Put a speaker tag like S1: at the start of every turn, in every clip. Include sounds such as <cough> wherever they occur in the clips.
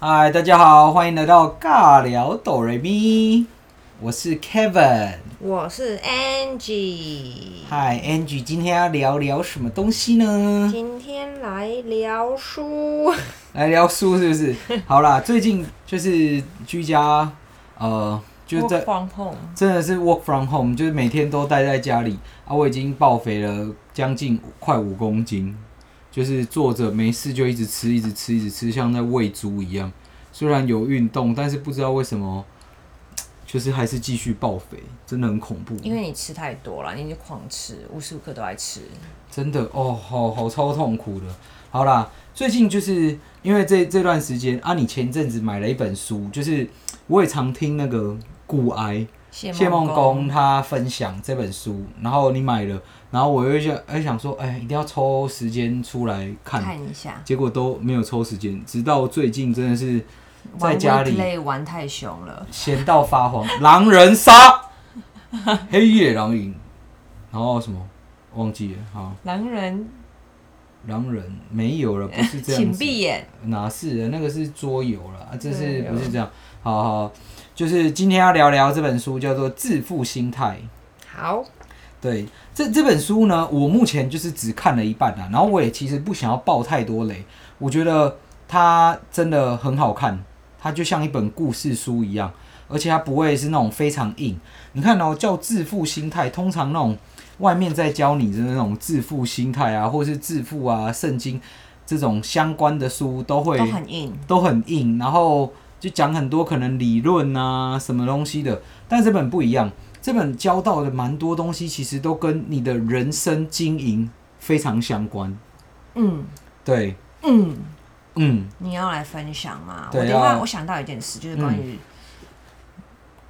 S1: 嗨，大家好，欢迎来到尬聊哆瑞咪，我是 Kevin。
S2: 我是 Angie，
S1: 嗨，Angie，今天要聊聊什么东西呢？
S2: 今天来聊书。
S1: 来聊书是不是？好啦，最近就是居家，呃，就是在
S2: Work from home
S1: 真的是 work from home，就是每天都待在家里啊。我已经爆肥了将近快五公斤，就是坐着没事就一直吃，一直吃，一直吃，像在喂猪一样。虽然有运动，但是不知道为什么，就是还是继续爆肥，真的很恐怖。
S2: 因为你吃太多了，你就狂吃，无时无刻都爱吃。
S1: 真的哦，好好超痛苦的。好啦，最近就是因为这这段时间啊，你前阵子买了一本书，就是我也常听那个骨癌。
S2: 谢
S1: 谢
S2: 梦
S1: 梦
S2: 工
S1: 工他分享这本书，然后你买了，然后我又想，哎，想说，哎，一定要抽时间出来看，
S2: 看一下，
S1: 结果都没有抽时间，直到最近真的是在
S2: 玩
S1: 家里
S2: Weekday 玩太凶了，
S1: 闲到发慌，狼人杀， <laughs> 黑夜狼影，然后什么忘记了，好，
S2: 狼人
S1: 狼人没有了，不是这样
S2: <laughs> 请
S1: 子，
S2: 闭眼。
S1: 哪是的，那个是桌游了，啊，这是
S2: 对
S1: 不是这样？好好，就是今天要聊聊这本书，叫做《致富心态》。
S2: 好，
S1: 对，这这本书呢，我目前就是只看了一半啊啦，然后我也其实不想要爆太多雷，我觉得它真的很好看，它就像一本故事书一样，而且它不会是那种非常硬。你看哦，叫致富心态，通常那种外面在教你的那种致富心态啊，或是致富啊、圣经这种相关的书都会
S2: 都很硬，
S1: 都很硬，然后就讲很多可能理论啊什么东西的。但这本不一样，这本教到的蛮多东西，其实都跟你的人生经营非常相关。
S2: 嗯
S1: 对，
S2: 嗯，
S1: 嗯，
S2: 你要来分享吗？我
S1: 对
S2: 等一
S1: 啊
S2: 下我想到一件事，就是关于嗯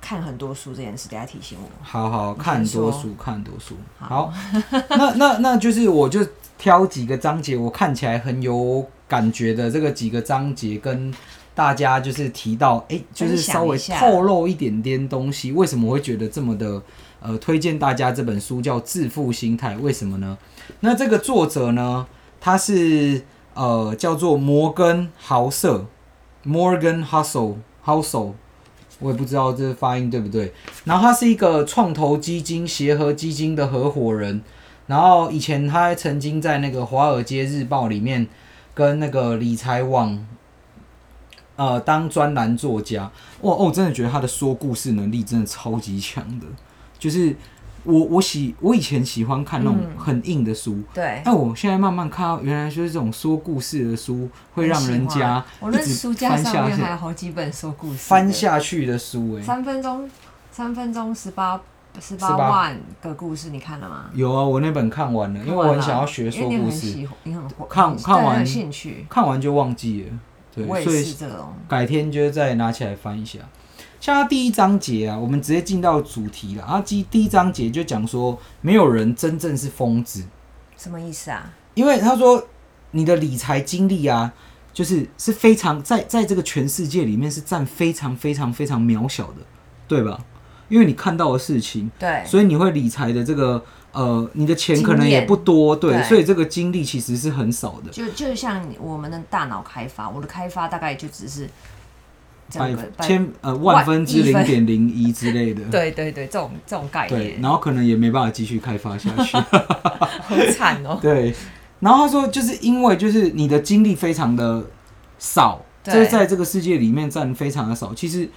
S2: 看很多书这件事，等一下提醒我。
S1: 好好
S2: 你先
S1: 看很多
S2: 说
S1: 书，看很多书。
S2: 好
S1: 好， <laughs> 那那那就是我就挑几个章节，我看起来很有感觉的这个几个章节跟。大家就是提到，哎、就是
S2: 分享
S1: 稍微
S2: 一下
S1: 透露一点点东西，为什么会觉得这么的呃，推荐大家这本书叫《致富心态》，为什么呢？那这个作者呢，他是呃叫做摩根豪瑟 （Morgan Housel） Housel，我也不知道这发音对不对。然后他是一个创投基金协和基金的合伙人，然后以前他还曾经在那个《华尔街日报》里面跟那个理财网。呃，当专栏作家，哇哦，真的觉得他的说故事能力真的超级强的。就是我我喜我以前喜欢看那种
S2: 嗯
S1: 很硬的书，
S2: 对，
S1: 但我现在慢慢看到，原来就是这种说故事的书会让人家
S2: 我
S1: 一
S2: 论
S1: 直
S2: 书架
S1: 翻
S2: 上
S1: 下
S2: 面还有
S1: 去
S2: 好几本说故事的，
S1: 翻下去的书、欸，哎，
S2: 三分钟，三分钟十八十八
S1: 18
S2: 万个故事，你看了吗？
S1: 有啊，我那本看完了，因为我很想要学说
S2: 啊因为你
S1: 故
S2: 很
S1: 事，
S2: 喜欢，你很会
S1: 看看
S2: 对
S1: 完
S2: 很有兴趣。
S1: 看完就忘记了，
S2: 我
S1: 对，
S2: 也
S1: 所
S2: 是
S1: 以
S2: 这种，
S1: 改天就再拿起来翻一下。像他第一章节啊，我们直接进到主题了。啊，第第一章节就讲说，没有人真正是疯子，
S2: 什么意思啊？
S1: 因为他说你的理财经历啊，就是是非常在在这个全世界里面是占非常非常非常渺小的，对吧？因为你看到的事情，
S2: 对，
S1: 所以你会理财的这个呃，你的钱
S2: 经
S1: 可能也
S2: 验
S1: 不多，对，
S2: 对
S1: 所以这个经历其实是很少的。
S2: 就就像我们的大脑开发，我的开发大概就只是这
S1: 百
S2: 个百
S1: 千呃万分之
S2: 亿
S1: 零
S2: 分
S1: 点零一之类的，
S2: <laughs> 对对对，这种这种概
S1: 对，
S2: 念，
S1: 然后可能也没办法继续开发下
S2: <laughs>
S1: 去。
S2: 好惨
S1: <laughs>
S2: 哦。
S1: 对，然后他说，就是因为就是你的经历非常的少，
S2: 对
S1: 这在这个世界里面占非常的少。其实，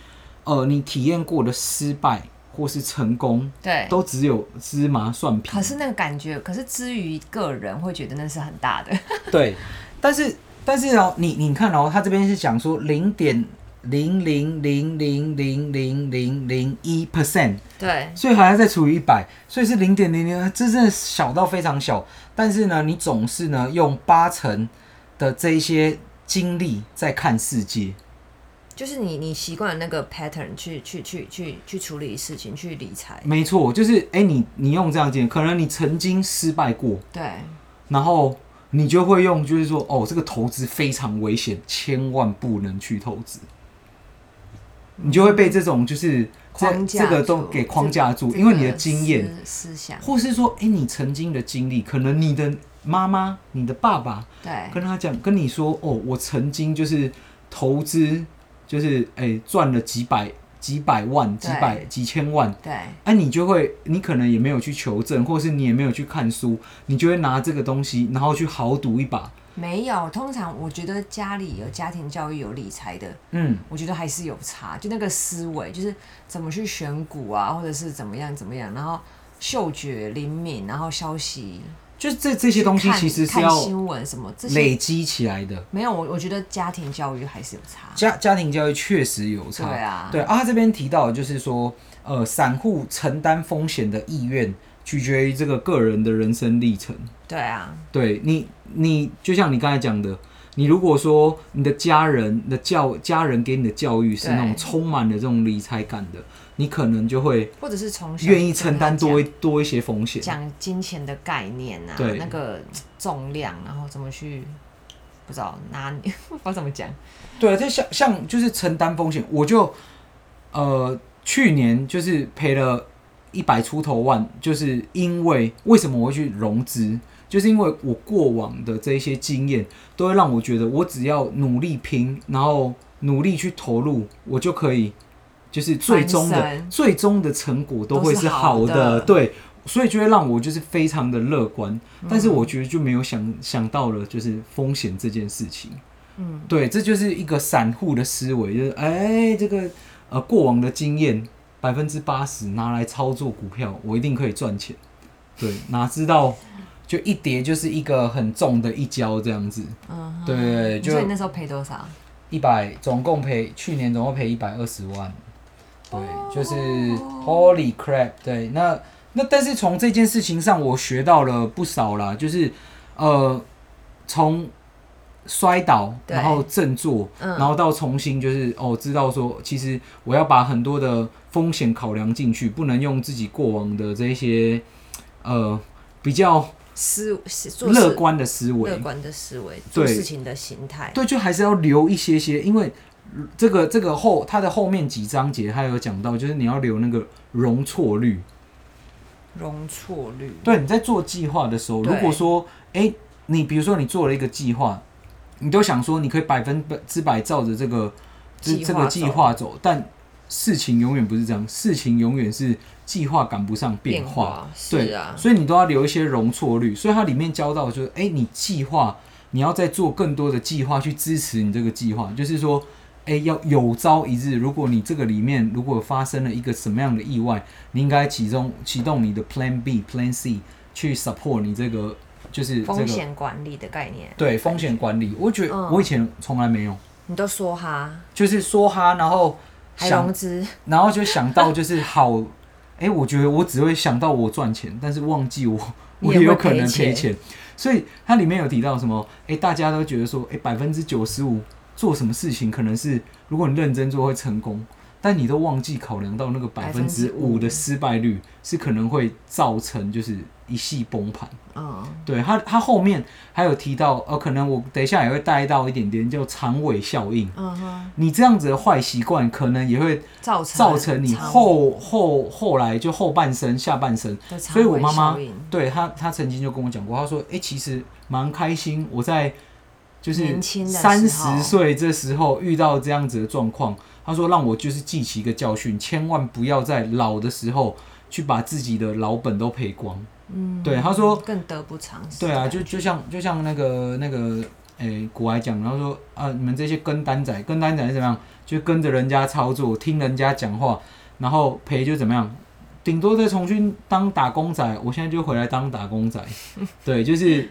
S1: 呃，你体验过的失败或是成功，
S2: 对，
S1: 都只有芝麻蒜皮。
S2: 可是那个感觉，可是至于个人会觉得那是很大的， <laughs>
S1: 对，但是但是哦，你你看哦，他这边是讲说零点零零零零零零零零一 percent。
S2: 对
S1: 所以还要再除以一百，所以是零点零零，这真的小到非常小。但是呢，你总是呢用八成的这一些经历在看世界，
S2: 就是你你习惯那个 pattern 去去去去去处理事情，去理财，
S1: 没错，就是哎、诶你你用这样讲，可能你曾经失败过，
S2: 对，
S1: 然后你就会用就是说，哦，这个投资非常危险，千万不能去投资。你就会被这种就是这
S2: 框架
S1: 这个都
S2: 住
S1: 给框架住，
S2: 这
S1: 因为你的
S2: 个
S1: 经验，
S2: 思思想，
S1: 或是说，哎、你曾经的经历，可能你的妈妈、你的爸爸
S2: 对
S1: 跟他讲，跟你说，哦，我曾经就是投资就是哎赚、了几百几百万、几百
S2: 对
S1: 几千万，
S2: 对
S1: 哎、你就会，你可能也没有去求证，或是你也没有去看书，你就会拿这个东西，然后去豪赌一把。
S2: 没有。通常我觉得家里有家庭教育有理财的，
S1: 嗯，
S2: 我觉得还是有差，就那个思维，就是怎么去选股啊，或者是怎么样怎么样，然后嗅觉灵敏，然后消息
S1: 就是这这些东西
S2: 看
S1: 其实是
S2: 看
S1: 要
S2: 新闻什么这
S1: 累
S2: 些
S1: 积起来的。
S2: 没有。我我觉得家庭教育还是有差，
S1: 家家庭教育确实有差，
S2: 对啊
S1: 对啊，他这边提到的就是说，呃，散户承担风险的意愿取决于这个个人的人生历程。
S2: 对啊，
S1: 对你，你就像你刚才讲的，你如果说你的家人你的教家人给你的教育是那种
S2: 对
S1: 充满了这种理财感的，你可能就会
S2: 或者是从小
S1: 愿意承担多一
S2: 一
S1: 多一些风险。
S2: 讲金钱的概念啊，
S1: 对
S2: 那个重量，然后怎么去不知道拿 <laughs> 捏，我怎么讲？
S1: 对啊，就像像就是承担风险，我就呃去年就是赔了一百出头万，就是因为为什么我会去融资，就是因为我过往的这一些经验，都会让我觉得我只要努力拼，然后努力去投入，我就可以，就是最终
S2: 翻
S1: 的
S2: 身
S1: 最终的成果都会是好
S2: 都是好的
S1: 对。所以就会让我就是非常的乐观，但是我觉得就没有想想到了就是风险这件事情。
S2: 嗯，
S1: 对，这就是一个散户的思维，就是哎、这个呃过往的经验百分之八十拿来操作股票，我一定可以赚钱。对，哪知道就一跌就是一个很重的一跤这样子。
S2: 嗯哼，
S1: 对，就
S2: 所以你那时候赔多少？
S1: 一百，总共赔去年总共赔一百二十万。对，
S2: 哦
S1: 就是 Holy crap！对，那那但是从这件事情上，我学到了不少啦，就是呃，从摔倒，
S2: 对
S1: 然后振作，
S2: 嗯
S1: 然后到重新就是哦，知道说其实我要把很多的风险考量进去，不能用自己过往的这些呃比较
S2: 思是做事
S1: 乐观的思维
S2: 乐，观的思维，做
S1: 对
S2: 事情的心态。
S1: 对，就还是要留一些些，因为嗯这个这个后它的后面几章节，它有讲到，就是你要留那个容错率。
S2: 容错率，
S1: 对，你在做计划的时候，如
S2: 对
S1: 果说，哎、你比如说你做了一个计划，你都想说你可以百分之百照着这个这
S2: 计划
S1: 这个
S2: 走
S1: 计划走，但事情永远不是这样，事情永远是计划赶不上变
S2: 变化
S1: 对
S2: 是啊，
S1: 所以你都要留一些容错率。所以它里面教到就是，哎、你计划你要再做更多的计划去支持你这个计划，就是说，哎、要有朝一日，如果你这个里面如果发生了一个什么样的意外，你应该启动启动你的 Plan B、Plan C 去 support 你这个就是这
S2: 风
S1: 个
S2: 险管理的概念，
S1: 对风险管理。我觉得
S2: 嗯
S1: 我以前从来没有，
S2: 你都说哈，
S1: 就是说哈，然后
S2: 还
S1: 想
S2: 融资，
S1: 然后就想到就是好， <laughs> 哎、我觉得我只会想到我赚钱，但是忘记我 <laughs>
S2: 你
S1: 我
S2: 也会
S1: 也有可能
S2: 赔
S1: 赔
S2: 钱
S1: 钱。所以它里面有提到什么？哎、大家都觉得说，哎、百分之九十五做什么事情可能是如果你认真做会成功，但你都忘记考量到那个百分之五
S2: 5%
S1: 的失败率是可能会造成就是一系崩盘。
S2: 嗯，
S1: 对他，他后面还有提到，呃，可能我等一下也会带到一点点叫长尾效应。
S2: 嗯哼，
S1: 你这样子的坏习惯，可能也会
S2: 造成
S1: 造成你
S2: 长
S1: 后后后来就后半生下半生。
S2: 的长
S1: 所以我
S2: 尾
S1: 妈妈
S2: 效应
S1: 对她，她曾经就跟我讲过，她说：“哎、其实蛮开心，我在就是
S2: 年轻的时候
S1: 三十岁这时候遇到这样子的状况，她说让我就是记起一个教训，千万不要在老的时候去把自己的老本都赔光。”嗯，对，她说
S2: 更得不偿失，
S1: 对啊，就就像就像那个那个诶、古来讲，然后说啊，你们这些跟单仔，跟单仔是怎么样？就跟着人家操作，听人家讲话，然后赔就怎么样？顶多再重新当打工仔，我现在就回来当打工仔，对，就是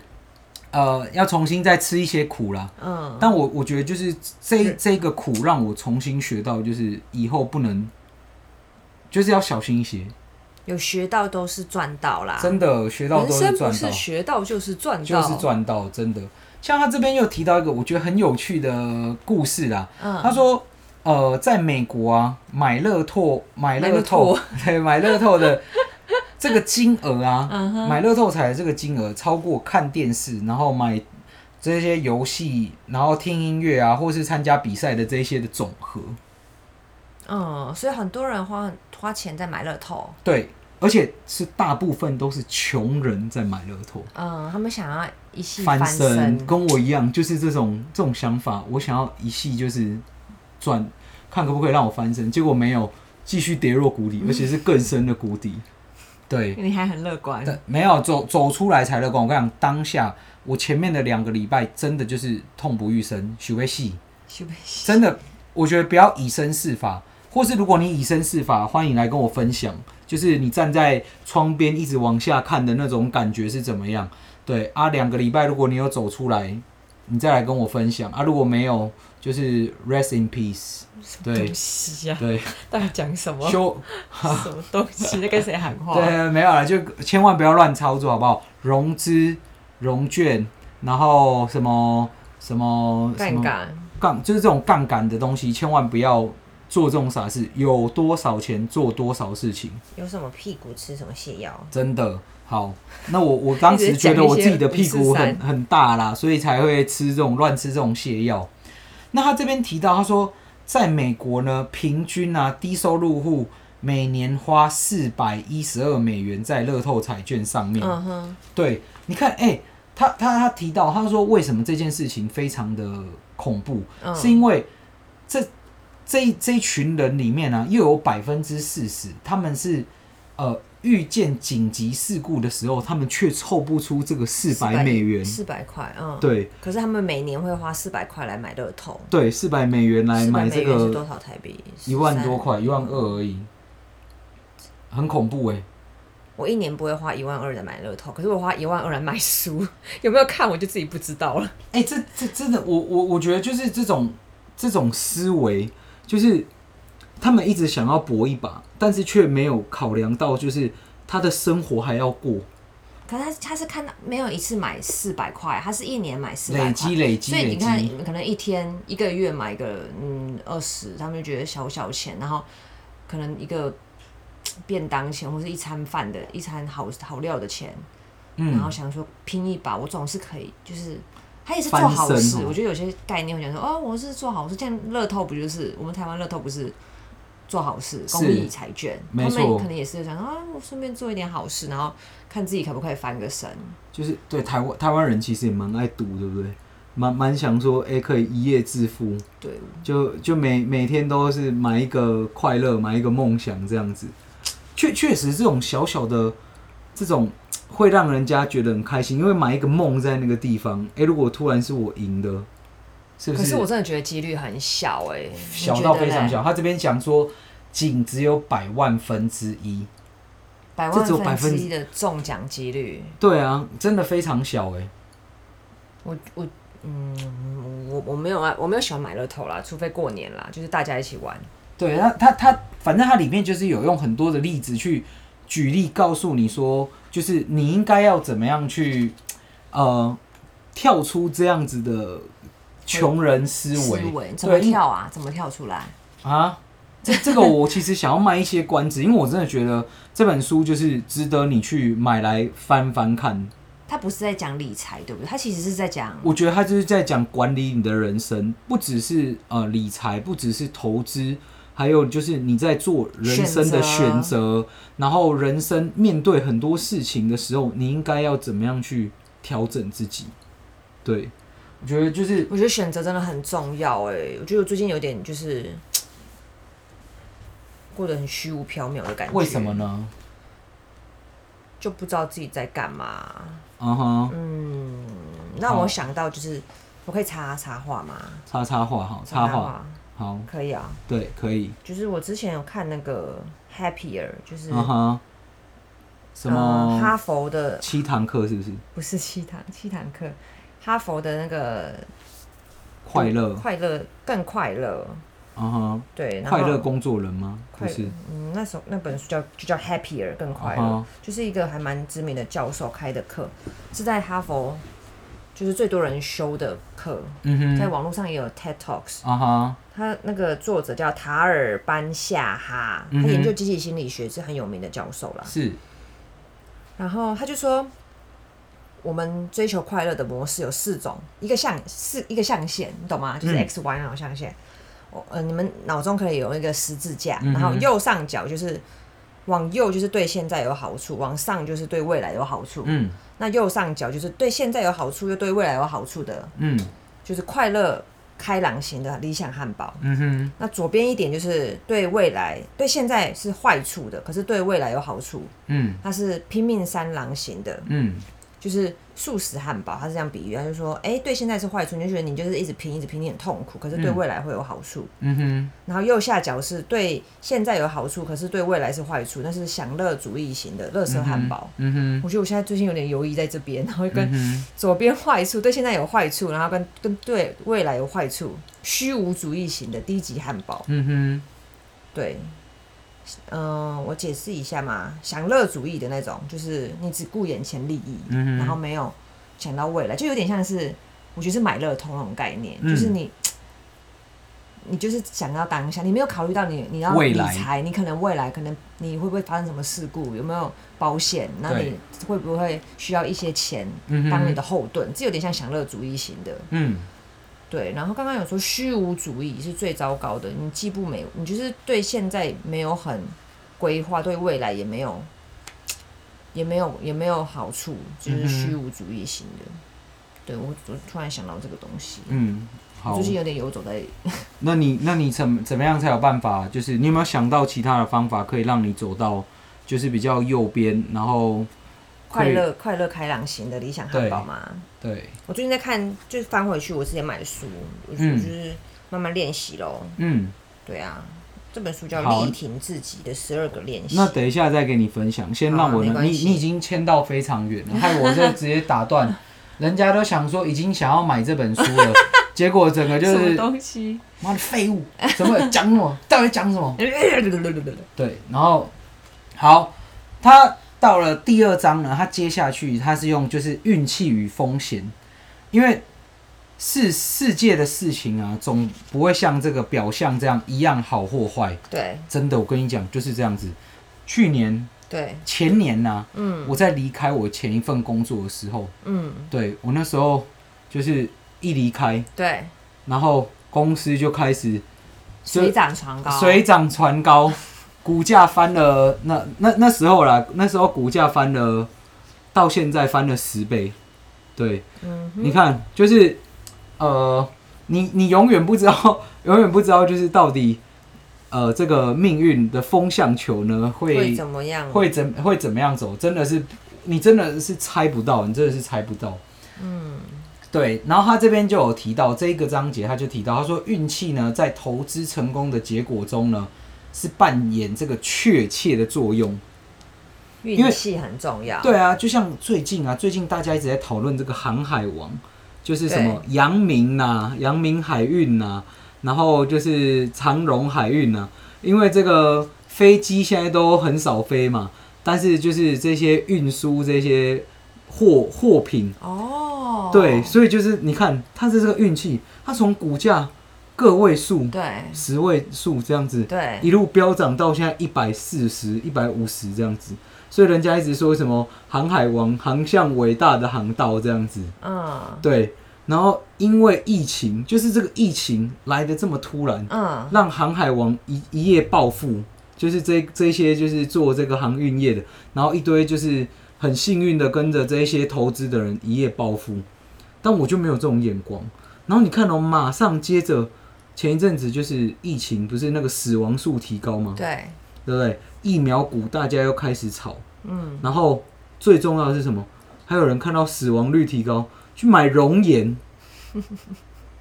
S1: 呃，要重新再吃一些苦啦。
S2: 嗯，
S1: 但我我觉得就是这这个苦让我重新学到，就是以后不能，就是要小心一些，
S2: 有学到都是赚到啦，
S1: 真的学到
S2: 人
S1: 都是
S2: 生
S1: 赚
S2: 不
S1: 到
S2: 是。学到就是赚到，
S1: 就是，赚到，真的。像他这边又提到一个我觉得很有趣的故事啦，他
S2: 嗯，
S1: 说，呃，在美国啊，买乐透，买乐透
S2: 买
S1: <laughs>
S2: 乐，
S1: 对，买乐透
S2: <laughs>
S1: 的这个金额啊，
S2: 嗯哼
S1: 买乐透彩的这个金额超过看电视，然后买这些游戏，然后听音乐啊，或是参加比赛的这些的总和。
S2: 嗯，所以很多人花花钱在买乐透，
S1: 对，而且是大部分都是穷人在买乐透。
S3: 嗯，他们想要一系
S1: 翻
S3: 身，
S1: 跟我一样，就是这种这种想法，我想要一系就是赚，看可不可以让我翻身，结果没有，继续跌落谷底，而且是更深的谷底。对，
S3: 你还很乐观，
S1: 但没有走走出来才乐观。我跟你讲，当下我前面的两个礼拜真的就是痛不欲生，许威戏
S3: 是不是？
S1: 真的，我觉得不要以身试法，或是如果你以身试法，欢迎来跟我分享，就是你站在窗边一直往下看的那种感觉是怎么样？对啊，两个礼拜如果你有走出来，你再来跟我分享啊，如果没有，就是 rest in peace 对。
S3: 东西
S2: 啊
S3: 呀、
S1: 对，
S3: 到底讲什么？哦
S1: 修
S3: 什么东西？在跟谁喊话？
S1: <laughs> 对，啊没有了，就千万不要乱操作，好不好？融资、融券，然后什么什么什
S3: 杠
S1: 么
S3: 杆，
S1: 杠，就是这种杠杆的东西，千万不要做这种傻事。有多少钱做多少事情，
S2: 有什么屁股吃什么泻药，
S1: 真的。好，那我我当
S3: 一
S1: 时
S3: 直
S1: 觉
S3: 讲
S1: 得
S3: 一
S1: 我自
S3: 些
S1: 己的屁股很
S3: 543
S1: 很大啦，所以才会吃这种乱吃这种泻药。那他这边提到，他说在美国呢，平均啊低收入户每年花四百一十二美元在乐透彩券上面。
S3: 嗯哼，
S1: 对，你看，哎、他他他提到，他说为什么这件事情非常的恐怖，
S3: 嗯
S1: 是因为这这一这一群人里面呢、啊又有百分之四十他们是呃遇见紧急事故的时候，他们却凑不出这个四百美元，
S2: 四百块，嗯，。
S1: 对
S2: 可是他们每年会花四百块来买乐透，
S1: 对，四百美元来
S2: 400
S1: 买
S2: 美
S1: 这
S2: 元是多
S1: 个
S2: 少台币？
S1: 一万多
S2: 13
S1: 块，一万二而已，很恐怖哎、
S2: 我一年不会花一万二来买乐透，可是我花一万二来买书， <laughs> 有没有看我就自己不知道了。
S1: 哎、这这真的，我我我觉得就是这种这种思维，就是他们一直想要搏一把，但是却没有考量到，就是他的生活还要过，
S2: 可是他他是看到没有一次买四百块，他是一年买四百块，
S1: 累积累积
S2: 所以
S1: 累
S2: 你看
S1: 积，，
S2: 可能一天一个月买个嗯二十，他们就觉得小小钱，然后可能一个嘖便当钱或是一餐饭的一餐好好料的钱，然后
S1: 嗯，
S2: 想说拼一把，我总是可以，就是他也是做
S1: 翻
S2: 好
S1: 身
S2: 事。
S1: 哦
S2: 我觉得有些概念会讲说，哦，我是做好事，像乐透不就是我们台湾乐透不是做好事、公益彩券，
S1: 没
S2: 他
S1: 错
S2: 们可能也是想说啊，我顺便做一点好事，然后看自己可不可以翻个身。
S1: 就是对台湾台湾人其实也蛮爱赌，对不对？蛮蛮想说，哎、可以一夜致富，
S2: 对，
S1: 就就每每天都是买一个快乐，买一个梦想这样子。确确实，这种小小的这种会让人家觉得很开心，因为买一个梦在那个地方。诶，如果突然是我赢的，是不
S3: 可
S1: 是
S3: 是我真的觉得几率很小
S2: 欸
S3: 哎、
S1: 小到
S3: 你
S1: 非常
S3: 觉得嘞，
S1: 小？他这边讲说，仅只有百万分之一。
S3: 百
S1: 这只有
S3: 万
S1: 百分
S3: 分之一的中奖几率，
S1: 对啊，真的非常小诶。
S2: 我我嗯，我我没有啊，我没有喜欢买乐透啦，除非过年啦，就是大家一起玩。
S1: 对，他他他，反正它里面就是有用很多的例子去举例告诉你说，就是你应该要怎么样去呃跳出这样子的穷人思
S2: 思
S1: 维。
S2: 维怎么
S1: 对，因
S2: 跳啊？怎么跳出来？
S1: 啊，这这个我其实想要卖一些关子，因为我真的觉得这本书就是值得你去买来翻翻看。
S2: 他不是在讲理财，对不对？他其实是在讲
S1: 我觉得他就是在讲管理你的人生，不只是呃理财，不只是投资，还有就是你在做人生的选
S2: 选择
S1: 择，然后人生面对很多事情的时候，你应该要怎么样去调整自己。对，我觉得就是
S2: 我觉得选择真的很重要哎、我觉得我最近有点就是过得很虚无缥缈的感觉。
S1: 为什么？呢？
S2: 就不知道自己在干嘛。
S1: 嗯哼，
S2: 那
S1: 好
S2: 我想到就是，我可以插插话吗？
S1: 插插画好，插画好，
S2: 可以啊。
S1: 对，可以，
S2: 就是我之前有看那个 Happier，就是、
S1: 嗯哼，什
S2: 呃哈
S1: 么
S2: 佛的
S1: 七堂课是不是？
S2: 不是七堂七堂课，哈佛的那个
S1: 快乐，
S2: 快乐更快乐，
S1: 嗯哼，
S2: 对，然后
S1: 快乐工作人吗？不
S2: 快
S1: 是，
S2: 嗯，那首那本书叫就叫《Happier》更快乐
S1: 啊哈
S2: 就是一个还蛮知名的教授开的课，是在哈佛，就是最多人修的课，
S1: 嗯哼，
S2: 在网络上也有 TED Talks。
S1: 啊哈，
S2: 他那个作者叫塔尔班夏哈，他
S1: 嗯哼
S2: 研究积极心理学是很有名的教授啦。
S1: 是，
S2: 然后他就说，我们追求快乐的模式有四种，一个象四一个象限，你懂吗？就是
S1: 嗯
S2: x y 那种哦象限。我呃，你们脑中可以有一个十字架，
S1: 嗯哼
S2: 然后右上角就是往右就是对现在有好处，往上就是对未来有好处。
S1: 嗯
S2: 那右上角就是对现在有好处又对未来有好处的，
S1: 嗯
S2: 就是快乐开朗型的理想汉堡。
S1: 嗯哼，
S2: 那左边一点就是对未来对现在是坏处的，可是对未来有好处，
S1: 嗯
S2: 它是拼命三郎型的，
S1: 嗯
S2: 就是素食汉堡，它是这样比喻，它就说，哎、对现在是坏处，你就觉得你就是一直拼一直拼，你很痛苦，可是对
S1: 嗯
S2: 未来会有好处。
S1: 嗯哼，
S2: 然后右下角是对现在有好处，可是对未来是坏处，那是享乐主义型的乐色汉堡。
S1: 嗯哼，
S2: 我觉得我现在最近有点犹疑在这边，然后
S1: 嗯
S2: 跟
S1: 哼，
S2: 左边坏处，对现在有坏处，然后跟跟对未来有坏处，虚无主义型的低级汉堡。
S1: 嗯哼，
S2: 对，嗯、我解释一下嘛，享乐主义的那种，就是你只顾眼前利益，
S1: 嗯哼
S2: 然后没有想到未来，就有点像是我觉得是买乐通那种概念，
S1: 嗯
S2: 就是你。你就是想要当下，你没有考虑到你你要
S1: 未
S2: 理
S1: 来
S2: 财，你可能未来可能你会不会发生什么事故，有没有保险，那
S1: 对
S2: 你会不会需要一些钱
S1: 嗯哼，
S2: 当你的后盾，这有点像享乐主义型的。
S1: 嗯
S2: 对，然后刚刚有说虚无主义是最糟糕的，你既不美，你就是对现在没有很规划，对未来也没有，也没有也没有好处，就是虚
S1: 嗯
S2: 无主义型的。对我，我突然想到这个东西，
S1: 嗯，好
S2: 最，近有点游走在
S1: 那你那你怎怎么样才有办法？就是你有没有想到其他的方法可以让你走到就是比较右边，然后
S2: 快乐快乐开朗型的理想汉堡嘛。
S1: 对，
S2: 我最近在看，就是翻回去我之前买的书，我就
S1: 嗯
S2: 是慢慢练习喽。
S1: 嗯，
S2: 对啊，这本书叫
S1: 好
S2: 《力挺自己的十二个练习》。
S1: 那等一下再给你分享，先
S2: 好啊
S1: 让我
S2: 没
S1: 能，
S2: 关
S1: 你
S2: 系
S1: 你已经签到非常远了，害我就直接打
S2: <laughs>
S1: 断，人家都想说已经想要买这本书了，结果整
S2: <laughs>
S1: 个就
S3: 什么
S1: 是
S3: 东西？
S1: 妈的废物，什么讲什么，到底讲什么？对，然后好，他到了第二章呢，他接下去他是用就是运气与风险，因为世世界的事情啊，总不会像这个表象这样一样好或坏。
S2: 对
S1: 真的，我跟你讲就是这样子。去年
S2: 对，
S1: 前年呐、
S2: 嗯
S1: 我在离开我前一份工作的时候，
S2: 嗯。
S1: 对我那时候就是一离开，
S2: 对，
S1: 然后公司就开始就
S2: 水涨船高，
S1: 水涨船高，股价翻了那那那时候啦，那时候股价翻了，到现在翻了十倍。对，
S2: 嗯
S1: 你看，就是呃，你你永远不知道，永远不知道，就是到底呃这个命运的风向球呢
S2: 会
S1: 会
S2: 怎么样？
S1: 会怎会怎么样走，真的是你真的是猜不到，你真的是猜不到。
S2: 嗯
S1: 对，然后他这边就有提到这一个章节，他就提到他说运气呢，在投资成功的结果中呢，是扮演这个确切的作用。为
S2: 运气很重要。
S1: 对啊，就像最近啊，最近大家一直在讨论这个航海王，就是什
S2: 对
S1: 么阳明呐、阳明海运呐、然后就是长荣海运呐、因为这个飞机现在都很少飞嘛，但是就是这些运输这些货货品
S2: 哦，
S1: 对，所以就是你看，它是这个运气，它从股价个位数、
S2: 对
S1: 十位数这样子，
S2: 对
S1: 一路飙涨到现在一百四十、一百五十这样子。所以人家一直说什么“航海王”航向伟大的航道这样子，
S2: 嗯
S1: 对。然后因为疫情，就是这个疫情来的这么突然，
S2: 嗯，
S1: 让航海王一一夜暴富，就是这这些就是做这个航运业的，然后一堆就是很幸运的跟着这些投资的人一夜暴富，但我就没有这种眼光。然后你看哦，马上接着前一阵子就是疫情，不是那个死亡数提高吗？
S2: 对，
S1: 对不对？疫苗股大家又开始炒，
S2: 嗯
S1: 然后最重要的是什么？还有人看到死亡率提高，去买熔岩， <laughs>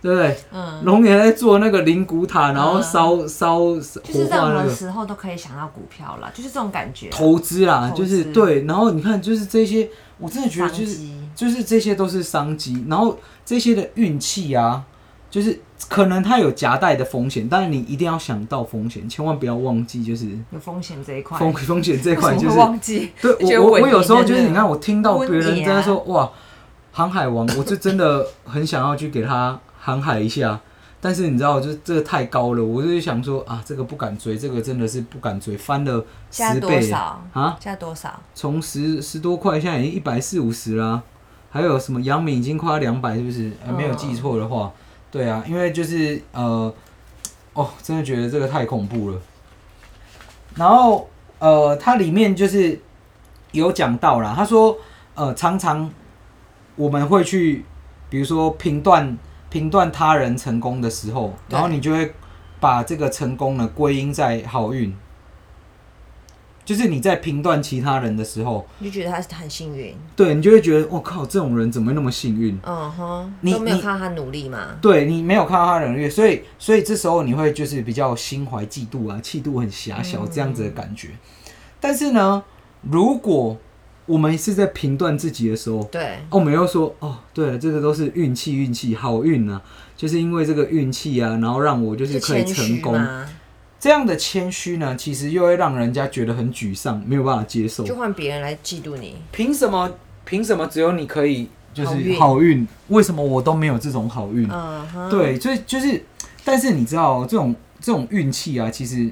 S1: 对不对？
S2: 嗯，
S1: 龙岩在做那个灵骨塔，然后烧烧
S2: 就是
S1: 火化
S2: 任
S1: 那
S2: 何
S1: 个
S2: 时候都可以想到股票啦，就是这种感觉。
S1: 投资啦，
S2: 投资
S1: 就是对。然后你看，就是这些，我真的觉得就是
S2: 商机
S1: 就是这些都是商机，然后这些的运气啊，就是可能它有夹带的风险，但是你一定要想到风险，千万不要忘记就是
S2: 有风险这一块，
S1: 风风险这一块
S2: 为什
S1: 就
S2: 么
S1: 是
S2: 会忘记？
S1: 对
S2: 觉得
S1: 我我
S2: 稳
S1: 我有
S2: 赢
S1: 时候
S2: 真
S1: 就
S2: 的
S1: 是你看我听到别
S2: 稳
S1: 人
S2: 赢
S1: 在
S2: 啊
S1: 说、哇航海王，我就真的很想要去给他航海一下，但是你知道就是这个太高了，我就想说啊这个不敢追，这个真的是不敢追，翻了
S2: 加
S1: 十
S2: 多
S1: 倍
S2: 少？
S1: 啊，
S2: 加多少？
S1: 从十十多块现在已经一百四五十啦，还有什么杨敏已经快两百是不是？呃没有记错的话，
S2: 嗯
S1: 对啊，因为就是呃哦真的觉得这个太恐怖了，然后呃，它里面就是有讲到啦，他说，呃，常常我们会去，比如说评断评断他人成功的时候，
S3: 对
S1: 然后你就会把这个成功呢归因在好运，就是你在评断其他人的时候，
S2: 你就觉得他很幸运，
S1: 对你就会觉得，我、哦靠，这种人怎么会那么幸运？
S2: 嗯哼，
S1: 你
S2: 都没有
S1: 你
S2: 看到他努力嘛？
S1: 对你没有看到他人月，所以所以这时候你会就是比较心怀嫉妒啊，气度很狭小这样子的感觉。但是呢，如果我们是在评断自己的时候，
S2: 对，
S1: 哦我们又说哦，对了，这个都是运气，运气好运啊，就是因为这个运气啊，然后让我就是可以
S2: 谦
S1: 成
S2: 虚
S1: 功。
S2: 嘛，
S1: 这样的谦虚呢，其实又会让人家觉得很沮丧，没有办法接受。
S2: 就换别人来嫉妒你，
S1: 凭什么？凭什么只有你可以就
S2: 好
S1: 是
S2: 运
S1: 好运？为什么我都没有这种好运？
S2: 嗯哼，，
S1: 对，所以就是，但是你知道这种这种运气啊，其实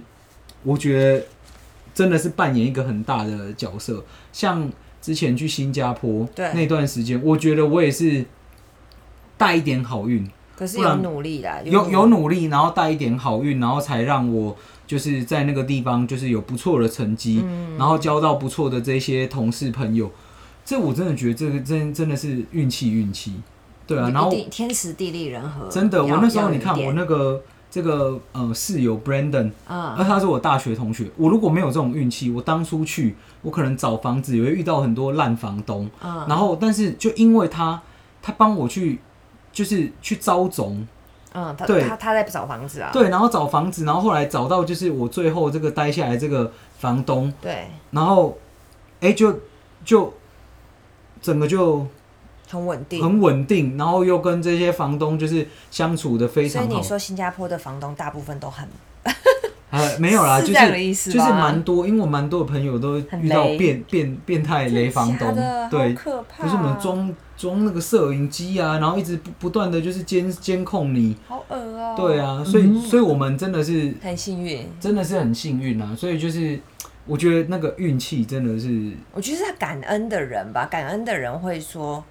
S1: 我觉得真的是扮演一个很大的角色。像之前去新加坡
S2: 对
S1: 那段时间，我觉得我也是带一点好运，
S2: 可是
S1: 不
S2: 有
S1: 然
S2: 努力啦，
S1: 有有
S2: 力，
S1: 努力，然后带一点好运，然后才让我就是在那个地方就是有不错的成绩，然后交到不错的这些同事朋友。这我真的觉得这个真真的是运气运气，对啊。
S3: 一
S1: 然后
S3: 定天时地利人和。
S1: 真的，我
S3: 要
S1: 那时
S3: 要
S1: 候
S3: 有
S1: 你看
S3: 一点
S1: 我那个这个呃室友 Brandon，而
S3: 嗯，
S1: 他是我大学同学。我如果没有这种运气，我当初去，我可能找房子也会遇到很多烂房东。
S3: 嗯
S1: 然后，但是就因为他，他帮我去，就是去招总，
S2: 嗯，他
S1: 对
S2: 他他在找房子啊，
S1: 对，然后找房子，然后后来找到就是我最后这个待下来这个房东，
S2: 对，
S1: 然后，哎、就就整个就
S2: 很稳定。
S1: 很稳定，然后又跟这些房东就是相处的非
S2: 所以
S1: 常
S2: 你
S1: 好。
S2: 说新加坡的房东大部分都很
S1: 呃，没有啦，就
S2: 是
S1: 是
S2: 这样的意思吧
S1: 就是蛮多，因为我蛮多的朋友都
S2: 很
S1: 遇到
S2: 雷
S1: 变变变态哎雷房
S2: 假
S1: 东
S2: 的，
S1: 对
S2: 好，可怕，啊
S1: 不是我们，装装那个摄影机啊，然后一直不不断的就是监监控你，
S2: 好恶哦、
S1: 对，啊，所以、所以我们真的是
S3: 很幸运。
S1: 真的是很幸运啊，所以就是我觉得那个运气真的是
S2: 我觉得是感恩的人吧，感恩的人会说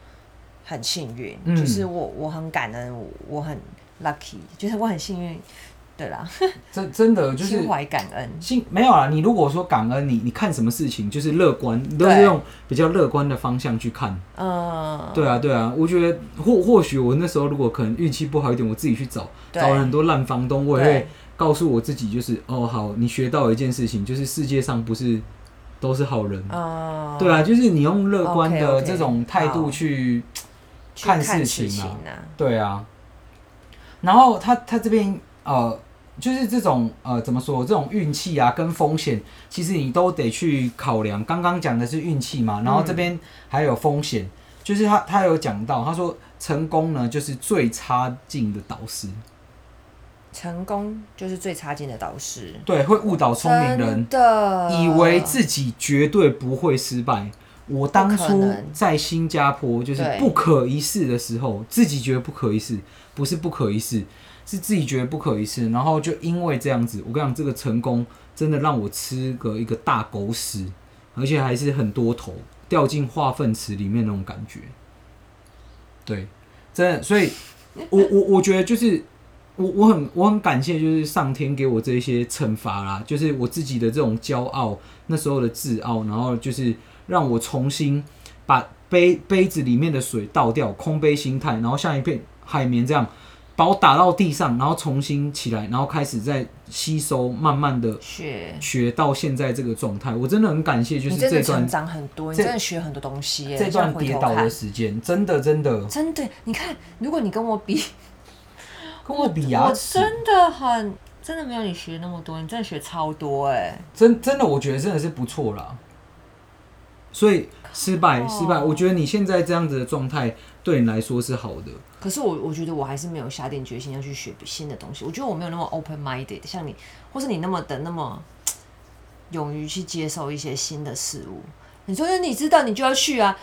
S2: 很幸运，
S1: 嗯
S2: 就是我我很感恩，我我很 lucky，就是我很幸运，对啦，
S1: 真真的就是
S2: 心怀感恩，
S1: 心没有啦，你如果说感恩你，你看什么事情就是乐观，你都是
S2: 对
S1: 用比较乐观的方向去看。
S2: 嗯，
S1: 对啊，对啊，我觉得或或许我那时候如果可能运气不好一点，我自己去找
S2: 对
S1: 找了很多烂房东，我也
S2: 对
S1: 会告诉我自己，就是哦，好，你学到一件事情，就是世界上不是都是好人，
S2: 嗯，
S1: 对啊，就是你用乐观的
S2: OK，OK，
S1: 这种态度
S2: 好
S1: 去
S2: 去
S1: 看
S2: 事
S1: 事情啊，
S2: 啊，
S1: 对啊。然后他他这边呃，就是这种呃怎么说，这种运气啊跟风险，其实你都得去考量。刚刚讲的是运气
S2: 嗯
S1: 嘛，然后这边还有风险，就是他他有讲到，他说成功呢就是最差劲的导师，
S2: 成功就是最差劲的导师，
S1: 对，会误导聪明人
S2: 真，的
S1: 以为自己绝对不会失败。我当
S2: 不可
S1: 初
S2: 能
S1: 在新加坡就是
S2: 对
S1: 不可一世的时候，自己觉得不可一世，不是不可一世，是自己觉得不可一世。然后就因为这样子，我跟你讲，这个成功真的让我吃个一个大狗屎，而且还是很多头掉进化粪池里面那种感觉。对，真的，所以
S2: <laughs>
S1: 我我我觉得就是我我很我很感谢，就是上天给我这些惩罚啦，就是我自己的这种骄傲，那时候的自傲，然后就是让我重新把杯杯子里面的水倒掉，空杯心态，然后像一片海绵这样把我打到地上，然后重新起来，然后开始再吸收，慢慢的
S2: 学，
S1: 学到现现在这个状态。我真的很感谢，就是
S2: 你真
S1: 这
S2: 的
S1: 段
S2: 成长很多，你
S1: 这
S2: 真的学很多东西耶，
S1: 这
S2: 样
S1: 段
S2: 回
S1: 跌
S2: 头
S1: 倒
S2: 看
S1: 的时间，真的真的
S2: 真的，你看，如果你跟我比，
S1: 跟我比啊牙
S2: 我
S1: 齿，
S2: 真的很，真的没有你学那么多，你真的学超多哎、
S1: 真真的，我觉得真的是不错啦。所以失败，
S2: 靠
S1: 失败，我觉得你现在这样子的状态对你来说是好的。
S2: 可是我我觉得我还是没有下定决心要去学新的东西，我觉得我没有那么 open minded，像你，或是你那么的那么勇于去接受一些新的事物。你说你知道你就要去啊，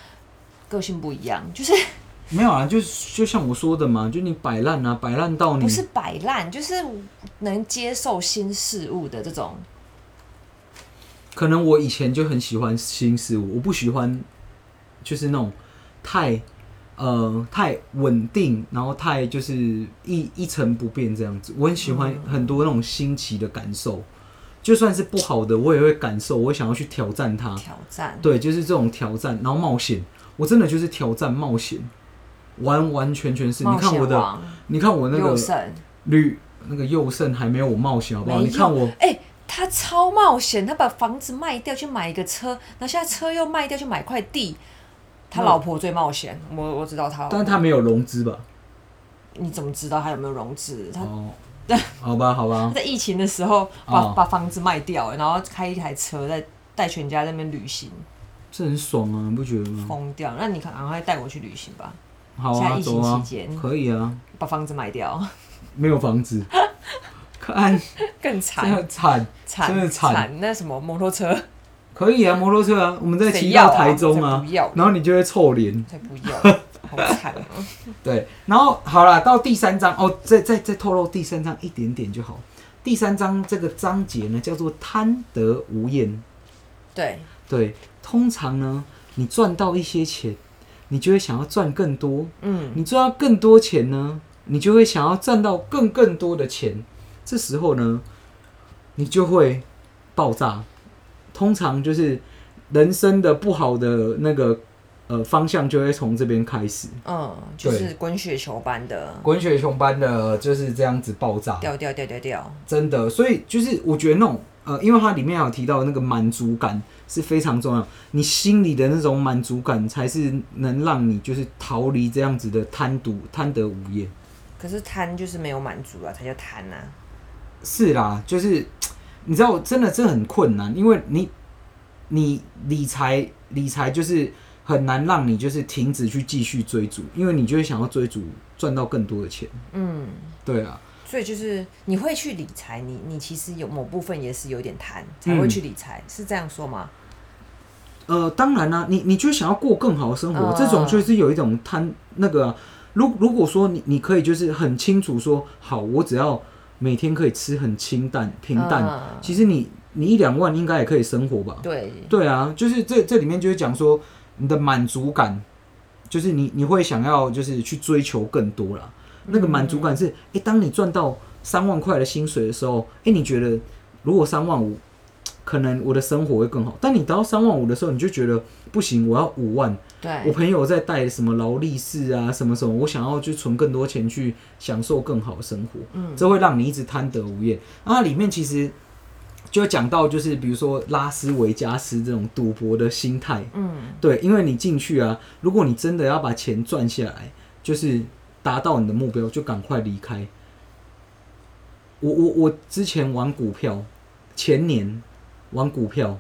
S2: 个性不一样，就是
S1: 没有啊，就就像我说的嘛，就你摆烂啊，摆烂到你
S2: 不是摆烂，就是能接受新事物的这种。
S1: 可能我以前就很喜欢新事物，我不喜欢就是那种太呃太稳定，然后太就是
S2: 嗯
S1: 一一成不变这样子。我很喜欢很多那种新奇的感受，就算是不好的，我也会感受，我想要去挑战它。
S2: 挑战，
S1: 对，就是这种挑战，然后冒险。我真的就是挑战冒险，完完全全是。你
S2: 冒
S1: 看我
S2: 险
S1: 的，
S2: 王
S1: 你看我那
S2: 佑
S1: 个
S2: 胜，
S1: 绿那个佑胜还没有我冒险好不好？
S2: 没
S1: 你看
S2: 有
S1: 我，
S2: 哎、他超冒险，他把房子卖掉去买一个车，然后现在车又卖掉去买块地。
S1: 嗯
S2: 他老婆最冒险，我我知道他老婆。
S1: 但他没有融资吧？
S2: 你怎么知道他有没有融资？他
S1: 哦，好吧，好吧
S2: <laughs> 他，在疫情的时候把、
S1: 哦
S2: 把房子卖掉，然后开一台车在带全家在那边旅行，
S1: 这很爽啊，你不觉得吗？
S2: 疯掉。那你赶快带我去旅行吧，
S1: 好
S2: 现
S1: 啊，
S2: 在疫
S1: 走
S2: 情
S1: 啊
S2: 期间，
S1: 可以啊，
S2: 把房子卖掉， <laughs>
S1: 没有房子，看
S2: 更
S1: 真
S2: 惨
S1: 的惨，
S2: 惨
S1: 真的惨
S2: 惨。那什么摩托车
S1: 可以啊，摩托车啊，我们再
S2: 谁
S1: 骑
S2: 要
S1: 到
S2: 啊
S1: 台中啊
S2: 才不要，
S1: 然后你就会臭脸。
S2: 才不
S1: <laughs>
S2: 要，好惨哦、
S1: 对，然后好了，到第三章哦，再再再透露第三章一点点就好。第三章这个章节呢，叫做贪得无厌。
S2: 对，
S1: 对，通常呢，你赚到一些钱，你就会想要赚更多；
S2: 嗯，
S1: 你赚到更多钱呢，你就会想要赚到更更多的钱。这时候呢，你就会爆炸。通常就是人生的不好的那个呃方向，就会从这边开始。
S2: 嗯，就是滚雪球般的
S1: 滚雪球般的就是这样子爆炸，
S2: 掉掉掉掉掉，
S1: 真的。所以就是我觉得那种呃，因为它里面有提到那个满足感是非常重要，你心里的那种满足感才是能让你就是逃离这样子的贪赌贪得无厌。
S2: 可是贪就是没有满足啊，才叫贪啊。
S1: 是啦，就是你知道，真的这很困难，因为你你理财理财就是很难让你就是停止去继续追逐，因为你就会想要追逐赚到更多的钱。
S2: 嗯，
S1: 对啊，
S2: 所以就是你会去理财，你你其实有某部分也是有点贪才
S1: 嗯
S2: 会去理财，是这样说吗？
S1: 呃，当然啦、你你就想要过更好的生活，
S2: 嗯
S1: 这种就是有一种贪那个啊、如如果说你你可以就是很清楚说，好，我只要每天可以吃很清淡平淡，
S2: 嗯
S1: 其实你你一两万应该也可以生活吧？
S2: 对，
S1: 对啊，就是这这里面就是讲说你的满足感，就是你你会想要就是去追求更多啦。那个满足感是，诶，当你赚到三万块的薪水的时候，诶，你觉得如果三万五，可能我的生活会更好。但你达到三万五的时候，你就觉得不行，我要五万。我
S2: 对，
S1: 朋友在带什么劳力士啊，什么什么，我想要去存更多钱去享受更好的生活，嗯，这会让你一直贪得无厌。那它里面其实就讲到，就是比如说拉斯维加斯这种赌博的心态，
S2: 嗯，
S1: 对，因为你进去啊，如果你真的要把钱赚下来，就是达到你的目标，就赶快离开。我我我之前玩股票，前年玩股票，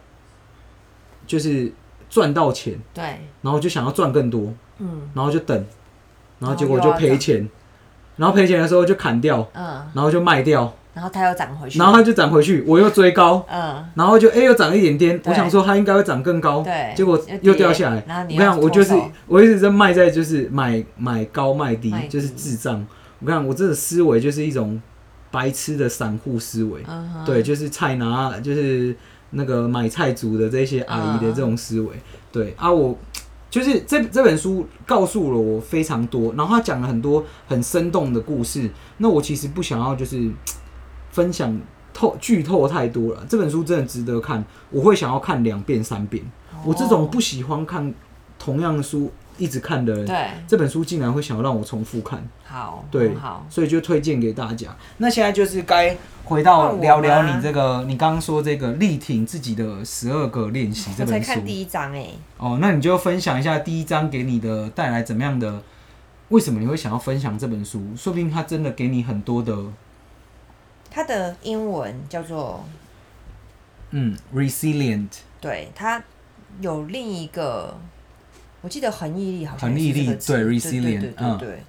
S1: 就是赚到钱，
S2: 对，
S1: 然后就想要赚更多，
S2: 嗯
S1: 然后就等，然后
S2: 后
S1: 结果就赔
S2: 哦
S1: 钱，然后赔钱的时候就砍掉，
S2: 嗯，
S1: 然后就卖掉，
S2: 然后它又涨回去，
S1: 然后它就涨回去，我又追高，
S2: 嗯，
S1: 然后就哎、诶又涨一点点，
S2: 对
S1: 我想说它应该会涨更高，
S2: 对
S1: 结果
S2: 又跌
S1: 又掉下来。
S2: 然后你
S1: 我看
S2: 又
S1: 我就是
S2: 脱手
S1: 我一直在卖在就是买买高卖低
S2: 卖，低
S1: 就是智障。我看我这个思维就是一种白痴的散户思维，
S2: 嗯哼，
S1: 对，就是菜拿，就是那个买菜族的这些阿姨的这种思维。对啊我，就是这这本书告诉了我非常多，然后他讲了很多很生动的故事。那我其实不想要就是分享透剧透太多了，这本书真的值得看，我会想要看两遍三遍。我这种不喜欢看同样的书一直看的人，
S2: 对，
S1: 这本书竟然会想要让我重复看。
S2: 好，
S1: 对
S2: 很，好，
S1: 所以就推荐给大家。那现在就是该回到聊聊
S2: 换我吗
S1: 你这个，你刚刚说这个力挺自己的十二个练
S2: <laughs>
S1: 习这
S2: 我才
S1: 本书
S2: 看第一章哎、
S1: 哦，那你就分享一下第一章给你的带来怎么样的？为什么你会想要分享这本书？说不定它真的给你很多的
S2: 它的英文叫做
S1: 嗯 resilient
S2: 对，它有另一个，我记得恒毅力好像
S1: 恒毅
S2: 也是这
S1: 力
S2: 个字
S1: 对
S2: 对
S1: resilient，
S2: 对对
S1: 嗯
S2: 对对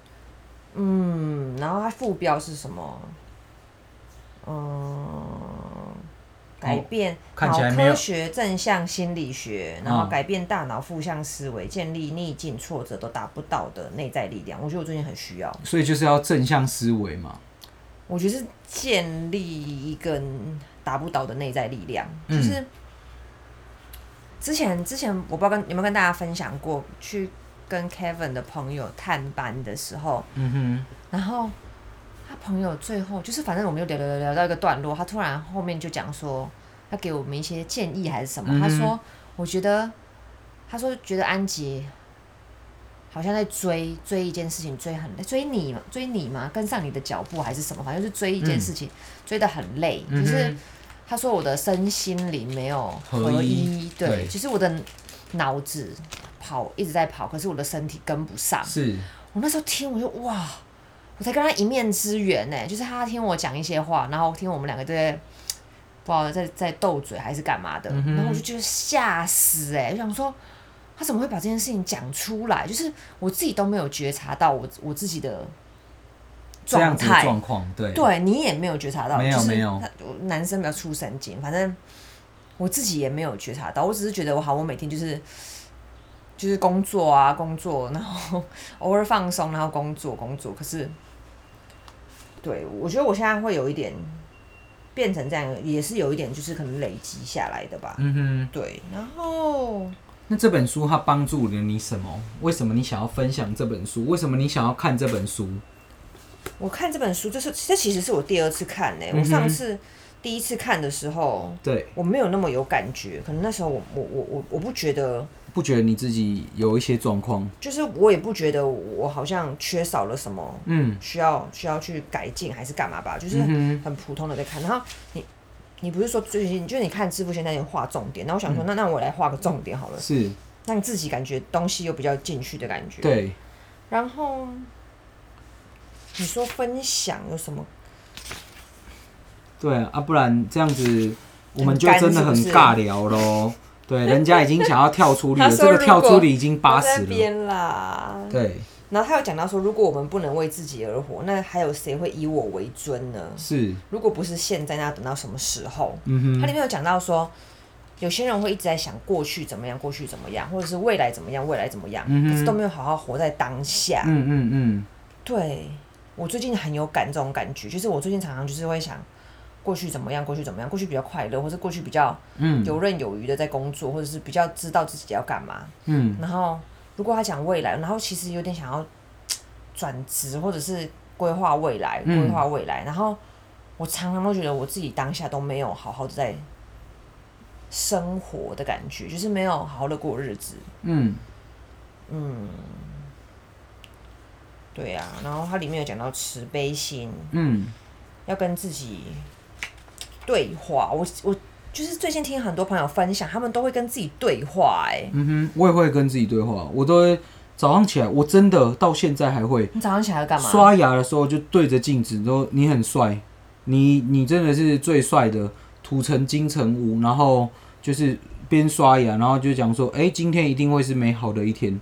S2: 嗯，然后它副标是什么？嗯，改
S1: 哦
S2: 变
S1: 看
S2: 脑
S1: 起来没有
S2: 科学、正向心理学，然后
S1: 嗯
S2: 改变大脑负向思维，建立逆境、挫折都达不到的内在力量。我觉得我最近很需要，
S1: 所以就是要正向思维嘛。
S2: 我觉得是建立一个打不倒的内在力量，
S1: 嗯
S2: 就是之前之前我不知道跟有没有跟大家分享过，去跟 Kevin 的朋友探班的时候，
S1: 嗯
S2: 然后他朋友最后就是反正我们就聊聊聊聊到一个段落，他突然后面就讲说，要给我们一些建议还是什么。
S1: 嗯哼
S2: 他说，我觉得，他说觉得安杰好像在追追一件事情，追很累，追你嘛，追你嘛，跟上你的脚步还是什么，反正就是追一件事情，追得很累，
S1: 嗯
S2: 就是
S1: 哼
S2: 他说我的身心灵没有
S1: 合一
S2: 对，
S1: 对
S2: 就是我的脑子跑一直在跑，可是我的身体跟不上。
S1: 是，
S2: 我那时候听，我就哇，我才跟他一面之缘呢、欸就是他听我讲一些话，然后听我们两个在不知道在在斗嘴还是干嘛的，
S1: 嗯哼
S2: 然后我就觉得吓死哎、我想说他怎么会把这件事情讲出来？就是我自己都没有觉察到我我自己的
S1: 这样
S2: 状
S1: 子的
S2: 态，
S1: 状况，对，
S2: 对你也没有觉察到，
S1: 没有
S2: 就是
S1: 没有
S2: 他男生比较出神经，反正我自己也没有觉察到，我只是觉得我好，我每天就是就是工作啊，工作，然后偶尔放松，然后工作工作。可是，对我觉得我现在会有一点变成这样，也是有一点就是可能累积下来的吧。
S1: 嗯哼。
S2: 对，然后
S1: 那这本书它帮助了你什么？为什么你想要分享这本书？为什么你想要看这本书？
S2: 我看这本书，就是这其实是我第二次看呢、我
S1: 嗯哼
S2: 上次第一次看的时候。
S1: 对，
S2: 我没有那么有感觉，可能那时候我我我我我不觉得，
S1: 不觉得你自己有一些状况？
S2: 就是我也不觉得我好像缺少了什么，
S1: 嗯
S2: 需要需要去改进还是干嘛吧，就是
S1: 嗯
S2: 很普通的在看。然后你你不是说最近就是你看致富现在有画重点，那我想说，那那我来画个重点好了
S1: 哼，，是
S2: 让自己感觉东西又比较进去的感觉。，
S1: 对，
S2: 然后你说分享有什么？
S1: 对啊，不然这样子我们就
S2: 很干
S1: 真的很
S2: 是不是
S1: 尬聊
S2: <laughs>
S1: 喽。对，人家已经想要跳出你了，
S2: 他
S1: 这
S2: 说
S1: 个
S2: 如
S1: 跳
S2: 果
S1: 出你已经八
S2: 我在
S1: 十
S2: 那
S1: 了。
S2: 边啦。
S1: 对，
S2: 然后他有讲到说，如果我们不能为自己而活，那还有谁会以我为尊呢？
S1: 是，
S2: 如果不是现在，那要等到什么时候？
S1: 嗯
S2: 它里
S1: 哼，
S2: 面有讲到说，有些人会一直在想过去怎么样，过去怎么样，或者是未来怎么样，未来怎么样，
S1: 嗯哼
S2: 可是都没有好好活在当下。
S1: 嗯嗯嗯，
S2: 对我最近很有感这种感觉，就是我最近常常就是会想。过去怎么样？过去怎么样？过去比较快乐，或是过去比较
S1: 嗯
S2: 游刃有余的在工作，或者是比较知道自己要干嘛。
S1: 嗯，
S2: 然后，如果他讲未来，然后其实有点想要转职，或者是规划未来，
S1: 嗯
S2: 规划未来。然后我常常都觉得我自己当下都没有好好的在生活的感觉，就是没有好好的过日子。嗯
S1: 嗯，
S2: 对啊，然后它里面有讲到慈悲心，
S1: 嗯，
S2: 要跟自己对话。我我就是最近听很多朋友分享，他们都会跟自己对话、哎，
S1: 嗯哼，我也会跟自己对话，我都会早上起来，我真的到现在还会
S2: 你早上起来要干嘛？
S1: 刷牙的时候就对着镜子说：“你很帅，你你真的是最帅的，土城金城武。”然后就是边刷牙，然后就讲说：“哎、今天一定会是美好的一天，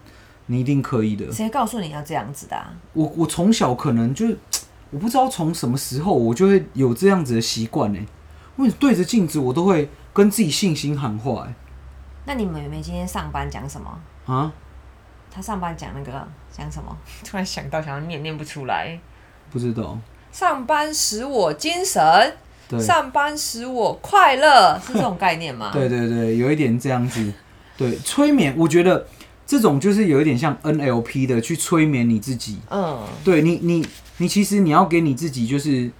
S1: 你一定可以的。
S2: 谁告诉你要这样子的、啊？
S1: 我”我从小可能就是我不知道从什么时候我就会有这样子的习惯呢。我对着镜子，我都会跟自己信心喊话、
S2: 那你妹妹今天上班讲什么？
S1: 哎啊，
S2: 他上班讲那个讲什么？ <laughs> 突然想到，想要念念不出来。
S1: 不知道，
S2: 上班使我精神，
S1: 对，
S2: 上班使我快乐，是这种概念吗？
S1: 对对对，有一点这样子。对，催眠，我觉得这种就是有一点像 NLP 的去催眠你自己。
S2: 嗯，
S1: 对你，你，你其实你要给你自己就是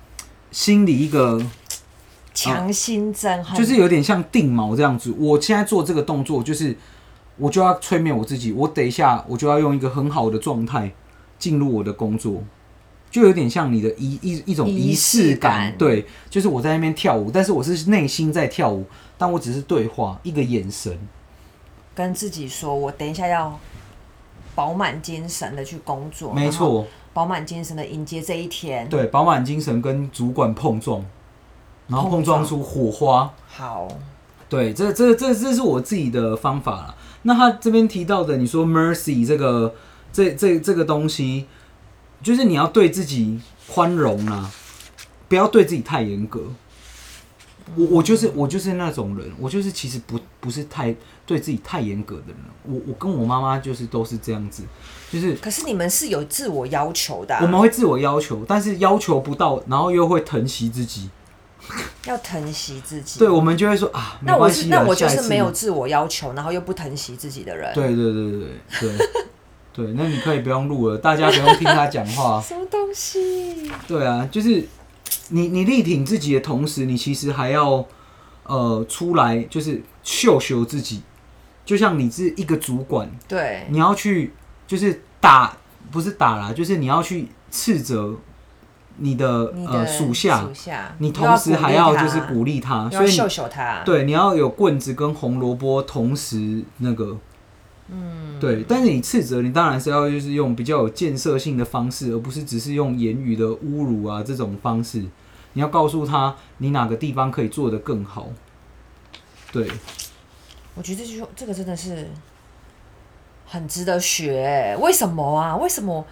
S1: 心里一个，
S2: 强心针很
S1: 就是有点像定锚这样子。我现在做这个动作，就是我就要催眠我自己，我等一下我就要用一个很好的状态进入我的工作。就有点像你的仪一一种
S2: 仪
S1: 仪
S2: 式
S1: 式
S2: 感
S1: 感，对，就是我在那边跳舞，但是我是内心在跳舞，但我只是对话，一个眼神，
S2: 跟自己说，我等一下要饱满精神的去工作，
S1: 没，错，
S2: 饱满精神的迎接这一天。，
S1: 对，饱满精神跟主管碰撞，然后碰撞出火花。
S2: 好，
S1: 对，这这这这是我自己的方法了。那他这边提到的，你说 mercy 这个这这这个东西，就是你要对自己宽容啦，不要对自己太严格。我我就是我就是那种人，我就是其实不不是太对自己太严格的人。我我跟我妈妈就是都是这样子，就是
S2: 可是你们是有自我要求的啊、
S1: 我们会自我要求，但是要求不到，然后又会疼惜自己。
S2: 要疼惜自己。
S1: 对，我们就会说啊，没
S2: 那我
S1: 关
S2: 是
S1: 系啦
S2: 那我就
S1: 下一
S2: 是
S1: 次
S2: 没有自我要求，然后又不疼惜自己的人。
S1: 对对对对对对对，那你可以不用录了，大家不用听他讲话。
S2: 什么东西？
S1: 对啊，就是你你力挺自己的同时，你其实还要呃出来就是秀秀自己，就像你是一个主管，
S2: 对，
S1: 你要去就是打，不是打啦，就是你要去斥责你的
S2: 你的
S1: 呃属下，
S2: 属下，
S1: 你同时还要就是
S2: 励
S1: 鼓励他，
S2: 他，
S1: 所
S2: 要
S1: 以你
S2: 秀秀他，
S1: 对你要有棍子跟红萝卜同时那个，嗯，对。但是你斥责你当然是要就是用比较有建设性的方式，而不是只是用言语的侮辱啊这种方式。你要告诉他你哪个地方可以做得更好。对，
S2: 我觉得这就这个真的是很值得学欸、为什么啊？为什么？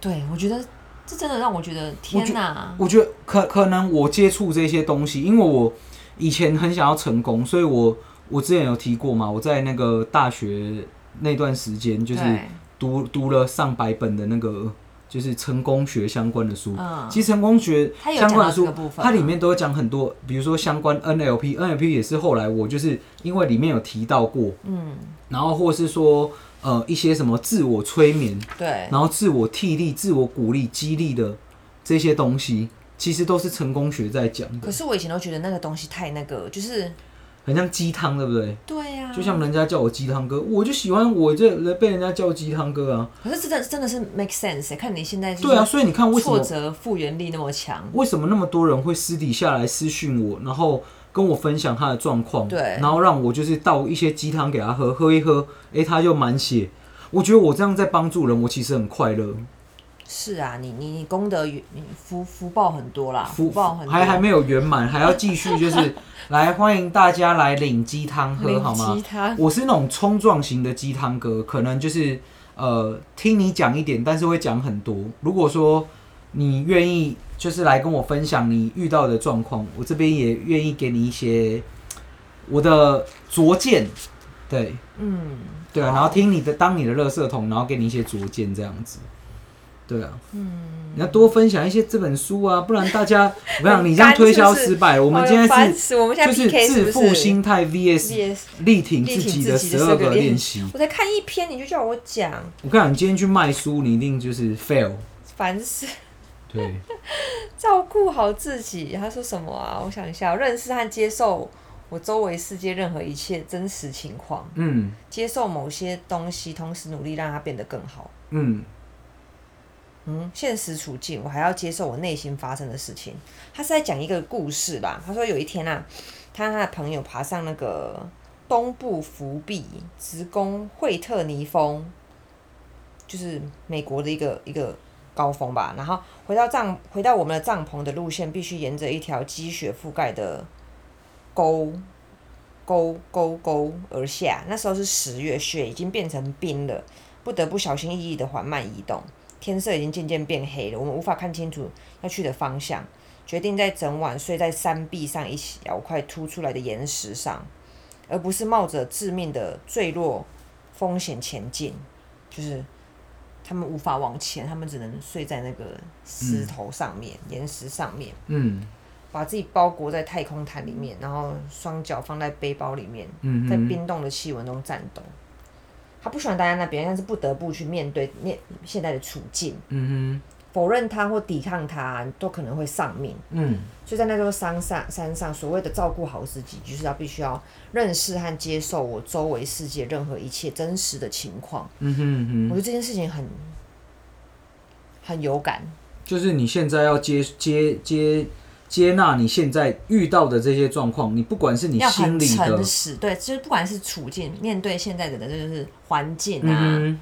S2: 对我觉得这真的让我觉得天哪！
S1: 我觉得可可能我接触这些东西，因为我以前很想要成功，所以我我之前有提过嘛，我在那个大学那段时间就是。
S2: 对
S1: 读读了上百本的那个就是成功学相关的书。
S2: 嗯
S1: 其实成功学
S2: 它有
S1: 相关的
S2: 讲到这个
S1: 书
S2: 部，分啊
S1: 它里
S2: 吗
S1: 面都有讲很多，比如说相关 NLP，NLP 也是后来我就是因为里面有提到过，
S2: 嗯，
S1: 然后或是说呃一些什么自我催眠，
S2: 对，
S1: 然后自我替力、自我鼓励、激励的这些东西，其实都是成功学在讲的
S2: 可，是我以前都觉得那个东西太那个，就是
S1: 很像鸡汤，对不对？
S2: 对呀、
S1: 就像人家叫我鸡汤哥，我就喜欢我这被人家叫鸡汤哥啊，
S2: 可是真的真的是 make sense、欸。看你现在就是
S1: 对啊，所以你看为什么
S2: 挫折复原力那么强，
S1: 为什么那么多人会私底下来私讯我，然后跟我分享他的状况，
S2: 对
S1: 然后让我就是倒一些鸡汤给他喝，喝一喝，诶，他就满血。我觉得我这样在帮助人，我其实很快乐，
S2: 是啊，你你你功德与你福福报很多啦，
S1: 福
S2: 福报很多，
S1: 还还没有圆满，还要继续就是
S2: <laughs>
S1: 来欢迎大家来领鸡汤喝
S2: 领
S1: 好吗
S2: 鸡？汤
S1: 我是那种冲撞型的鸡汤哥，可能就是呃听你讲一点，但是会讲很多。如果说你愿意，就是来跟我分享你遇到的状况，我这边也愿意给你一些我的拙见，对
S2: 嗯，
S1: 对啊，然后听你的当你的垃圾桶，然后给你一些拙见这样子。对啊，嗯，你要多分享一些这本书啊，不然大家，我跟你讲，你这样推销失败了。我们今天
S2: 哎烦
S1: 是
S2: 死我们现在
S1: 就是
S2: PK 是
S1: 自
S2: 不
S1: 负
S2: 是
S1: 心态 VS
S2: VS
S1: 力挺自己的十二个练习。
S2: 我才看一篇你就叫我讲，
S1: 我跟你讲，你今天去卖书，你一定就是 fail。
S2: 烦死！ <laughs>
S1: 对，
S2: 照顾好自己。他说什么啊？我想一下，认识和接受我周围世界任何一切真实情况，
S1: 嗯
S2: 接受某些东西，同时努力让它变得更好。
S1: 嗯，
S2: 嗯，现实处境，我还要接受我内心发生的事情。他是在讲一个故事啦。他说有一天啊，他和他的朋友爬上那个东部福壁直攻惠特尼峰，就是美国的一个一个高峰吧。然后回到帐回到我们的帐篷的路线，必须沿着一条积雪覆盖的沟沟沟沟而下。那时候是十月，雪已经变成冰了，不得不小心翼翼的缓慢移动。天色已经渐渐变黑了，我们无法看清楚要去的方向，决定在整晚睡在山壁上一小块凸出来的岩石上，而不是冒着致命的坠落风险前进。就是他们无法往前，他们只能睡在那个石头上面、岩石上面，
S1: 嗯
S2: 把自己包裹在太空毯里面，然后双脚放在背包里面，
S1: 嗯
S2: 在
S1: 哼，
S2: 冰冻的气温中战斗。他不喜欢待在那边，但是不得不去面对面现在的处境。
S1: 嗯
S2: 否认他或抵抗他，都可能会丧命。
S1: 哼，嗯
S2: 所以在那座山上，山上所谓的照顾好自己，就是要必须要认识和接受我周围世界任何一切真实的情况。
S1: 嗯哼嗯
S2: 我觉
S1: 哼，
S2: 得这件事情很很有感，
S1: 就是你现在要接接接接纳你现在遇到的这些状况，你不管是你
S2: 要
S1: 心
S2: 很
S1: 里的
S2: 诚，实。对，就是不管是处境，面对现在的就是环境啊，
S1: 嗯哼，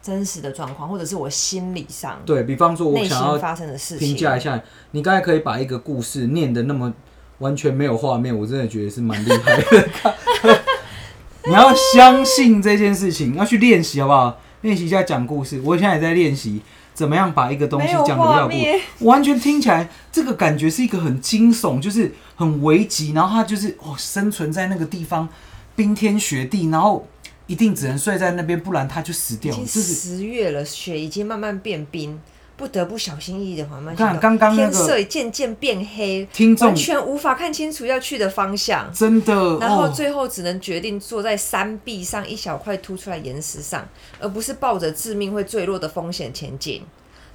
S2: 真实的状况，或者是我心理上
S1: 对比方说，我
S2: 内
S1: 想
S2: 心
S1: 要
S2: 发生的事
S1: 评
S2: 情。
S1: 价一下，你刚才可以把一个故事念的那么完全没有画面，我真的觉得是蛮厉害的。 <laughs> 你要相信这件事情，要去练习好不好？练习一下讲故事。我现在也在练习怎么样把一个东西
S2: 没有
S1: 讲的比较
S2: 画
S1: 有故
S2: 面，
S1: 完全听起来这个感觉是一个很惊悚，就是很危急，然后他就是哦生存在那个地方，冰天雪地，然后一定只能睡在那边，不然他就死
S2: 已
S1: 掉了。
S2: 经
S1: 这是
S2: 十月了，雪已经慢慢变冰，不得不小心翼翼的缓慢
S1: 看
S2: 行动。
S1: 刚刚那个
S2: 天色渐渐变黑，
S1: 听众
S2: 完全无法看清楚要去的方向，
S1: 真的
S2: 然后
S1: 哦。
S2: 最后只能决定坐在山壁上一小块凸出来岩石上，而不是抱着致命会坠落的风险前进。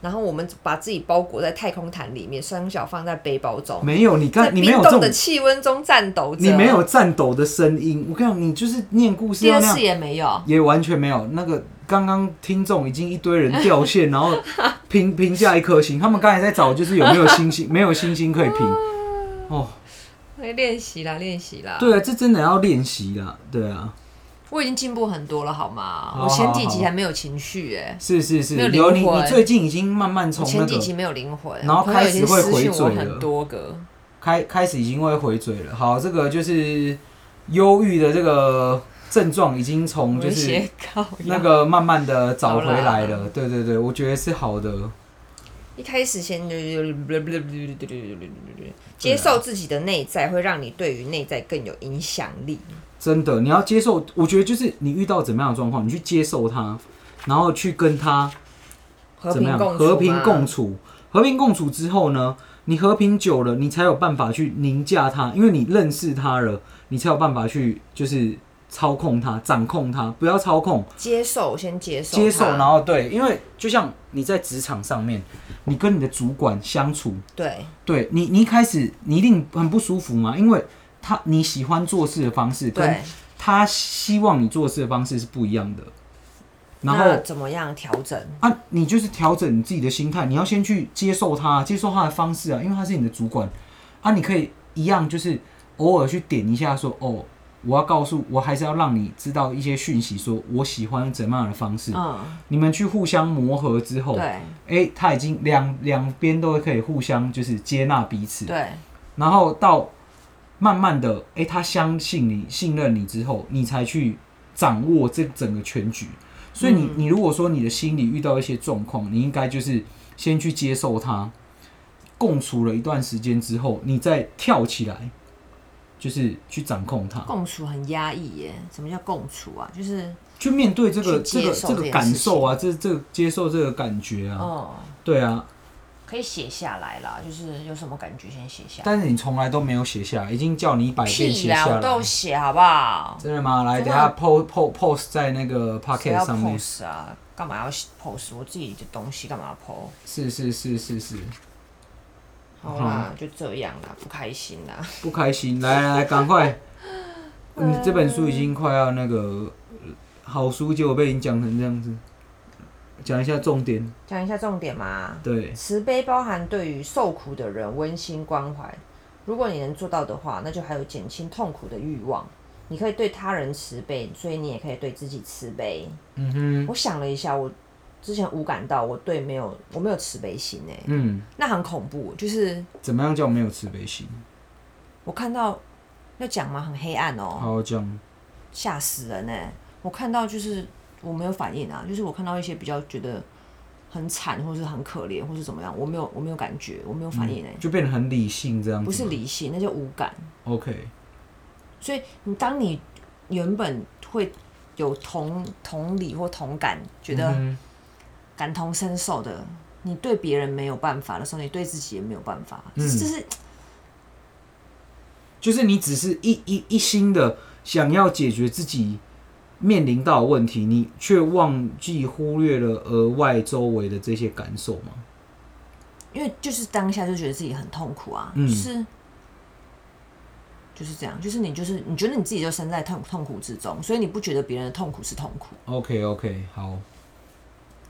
S2: 然后我们把自己包裹在太空毯里面，双脚放在背包中，
S1: 没有，你
S2: 在
S1: 看你没
S2: 冰
S1: 有这
S2: 冻
S1: 种
S2: 的，气温中战斗着。
S1: 你没有颤抖的声音。我跟你讲，你就是念故事
S3: 第
S1: 要
S3: 二
S1: 那样
S3: 次，也没
S2: <laughs>
S3: 有，
S1: 也完全没有。那个刚刚听众已经一堆人掉线，然后评 <laughs> 评价一颗星，他们刚才在找就是有没有星
S3: <laughs>
S1: 星，没有星星可以
S3: 啊
S1: 评。哦，
S2: 哎练习啦，练习啦。，
S1: 对啊，这真的要练习啦，对啊，
S3: 我已经进步很多了，好吗？
S1: 好
S3: 我前几
S1: 好
S3: 集
S1: 好
S3: 还没有情绪哎、
S1: 是是是
S3: 没有，灵
S1: 有你你
S3: 魂
S1: 最近已经慢慢
S3: 我
S1: 从
S3: 前
S1: 那
S3: 几集
S1: 个
S3: 没有灵魂，
S1: 然后
S3: 我朋友
S1: 开始会
S3: 已经私讯
S1: 回嘴
S3: 我很
S1: 了
S3: 多个，
S1: 开开始已经会回嘴了。好，这个就是忧郁的这个症状已经从就
S3: 我
S1: 是
S3: <laughs> 写稿
S1: 那个慢慢的找回来
S3: 好
S1: 了。对对对，我觉得是好的。
S2: 一开始先接受自己的内在，会让你对于内在更有影响力。
S1: 真的，你要接受。我觉得就是你遇到怎么样的状况，你去接受它，然后去跟它
S2: 和
S1: 怎么
S2: 平
S1: 样
S2: 共处
S1: 和平共
S2: 处。
S1: 处。和平共处之后呢，你和平久了，你才有办法去凌驾它，因为你认识它了，你才有办法去就是操控它、掌控它，不要操控，
S2: 接受，先接受它，
S1: 接受。然后对，因为就像你在职场上面，你跟你的主管相处，
S2: 对，
S1: 对你，你一开始你一定很不舒服嘛，因为他你喜欢做事的方式跟
S2: 对，
S1: 他希望你做事的方式是不一样的。然
S2: 那
S1: 后
S2: 怎么样调整？
S1: 啊，你就是调整你自己的心态，你要先去接受他，接受他的方式啊，因为他是你的主管啊，你可以一样就是偶尔去点一下说哦，我要告诉我还是要让你知道一些讯息，说我喜欢怎么样的方式，
S3: 嗯，
S1: 你们去互相磨合之后，
S3: 对
S1: 哎，他已经两两边都可以互相就是接纳彼此，
S3: 对，
S1: 然后到慢慢的，诶，他相信你、信任你之后，你才去掌握这整个全局。所以你、
S3: 嗯
S1: 你如果说你的心里遇到一些状况，你应该就是先去接受它，共处了一段时间之后，你再跳起来，就是去掌控它，
S3: 共处很压抑耶、什么叫共处啊？就是
S1: 去面对这个
S3: 去
S1: 这
S3: 接
S1: 个
S3: 受
S1: 这
S3: 这
S1: 个
S3: 件
S1: 感
S3: 事
S1: 受啊，这这个接受这个感觉啊，
S3: 哦，
S1: 对啊。
S3: 可以写下来啦，就是有什么感觉先写下来。
S1: 但是你从来都没有写下来，已经叫你一百遍
S3: 屁
S1: 写
S3: 啦，
S1: 下
S3: 我
S1: 来
S3: 都有。写好不好？
S1: 真的吗？来，
S3: 真
S1: 等
S3: 的
S1: 一
S2: 啊
S1: 下 post post post 在那个
S3: 谁
S1: pocket
S3: 要
S1: 上面。
S3: pose 啊？干嘛要 pose？我自己的东西干嘛要 pose？
S1: 是是是是是，
S3: 好啦，就这样啦，不开心啦。
S1: 不开心，来来来，赶
S2: <laughs>
S1: 快！你这本书已经快要那个呃好书，结果被你讲成这样子。讲一下重点，
S2: 讲一下重点嘛。
S1: 对，
S2: 慈悲包含对于受苦的人温馨关怀。如果你能做到的话，那就还有减轻痛苦的欲望。你可以对他人慈悲，所以你也可以对自己慈悲。
S1: 嗯哼，
S2: 我想了一下，我之前无感到我对没有我没有慈悲心哎、
S1: 嗯，
S2: 那很恐怖。就是
S1: 怎么样叫没有慈悲心？
S2: 我看到要讲吗？很黑暗哦、
S1: 好好讲，嗯
S2: 吓死人哎、我看到就是我没有反应啊，就是我看到一些比较觉得很惨，或是很可怜，或是怎么样，我没有我没有感觉，我没有反应哎、
S1: 就变得很理性这样子吗。
S2: 不是理性，那叫无感。
S1: ，OK，
S2: 所以你当你原本会有同同理或同感，觉得
S1: 嗯
S2: 感同身受的，你对别人没有办法的时候，你对自己也没有办法，
S1: 嗯
S2: 这是
S1: 哼，就是你只是一一一心的想要解决自己面临到的问题，你却忘记忽略了额外周围的这些感受吗？
S2: 因为就是当下就觉得自己很痛苦啊，
S1: 嗯
S2: 就是就是这样，就是你就是你觉得你自己就身在痛痛苦之中，所以你不觉得别人的痛苦是痛苦，
S1: OK OK，好，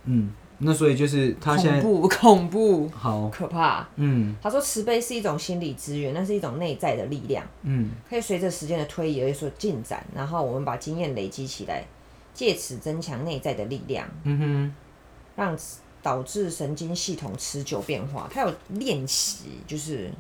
S1: 嗯，那所以就是他现在
S2: 恐怖 <laughs> 恐怖
S1: 好，
S2: 可怕。
S1: 嗯
S2: 他说慈悲是一种心理资源，那是一种内在的力量，
S1: 嗯，
S2: 可以随着时间的推移而有所进展，然后我们把经验累积起来，借此增强内在的力量，
S1: 嗯哼，
S2: 让导致神经系统持久变化。他有练习，就是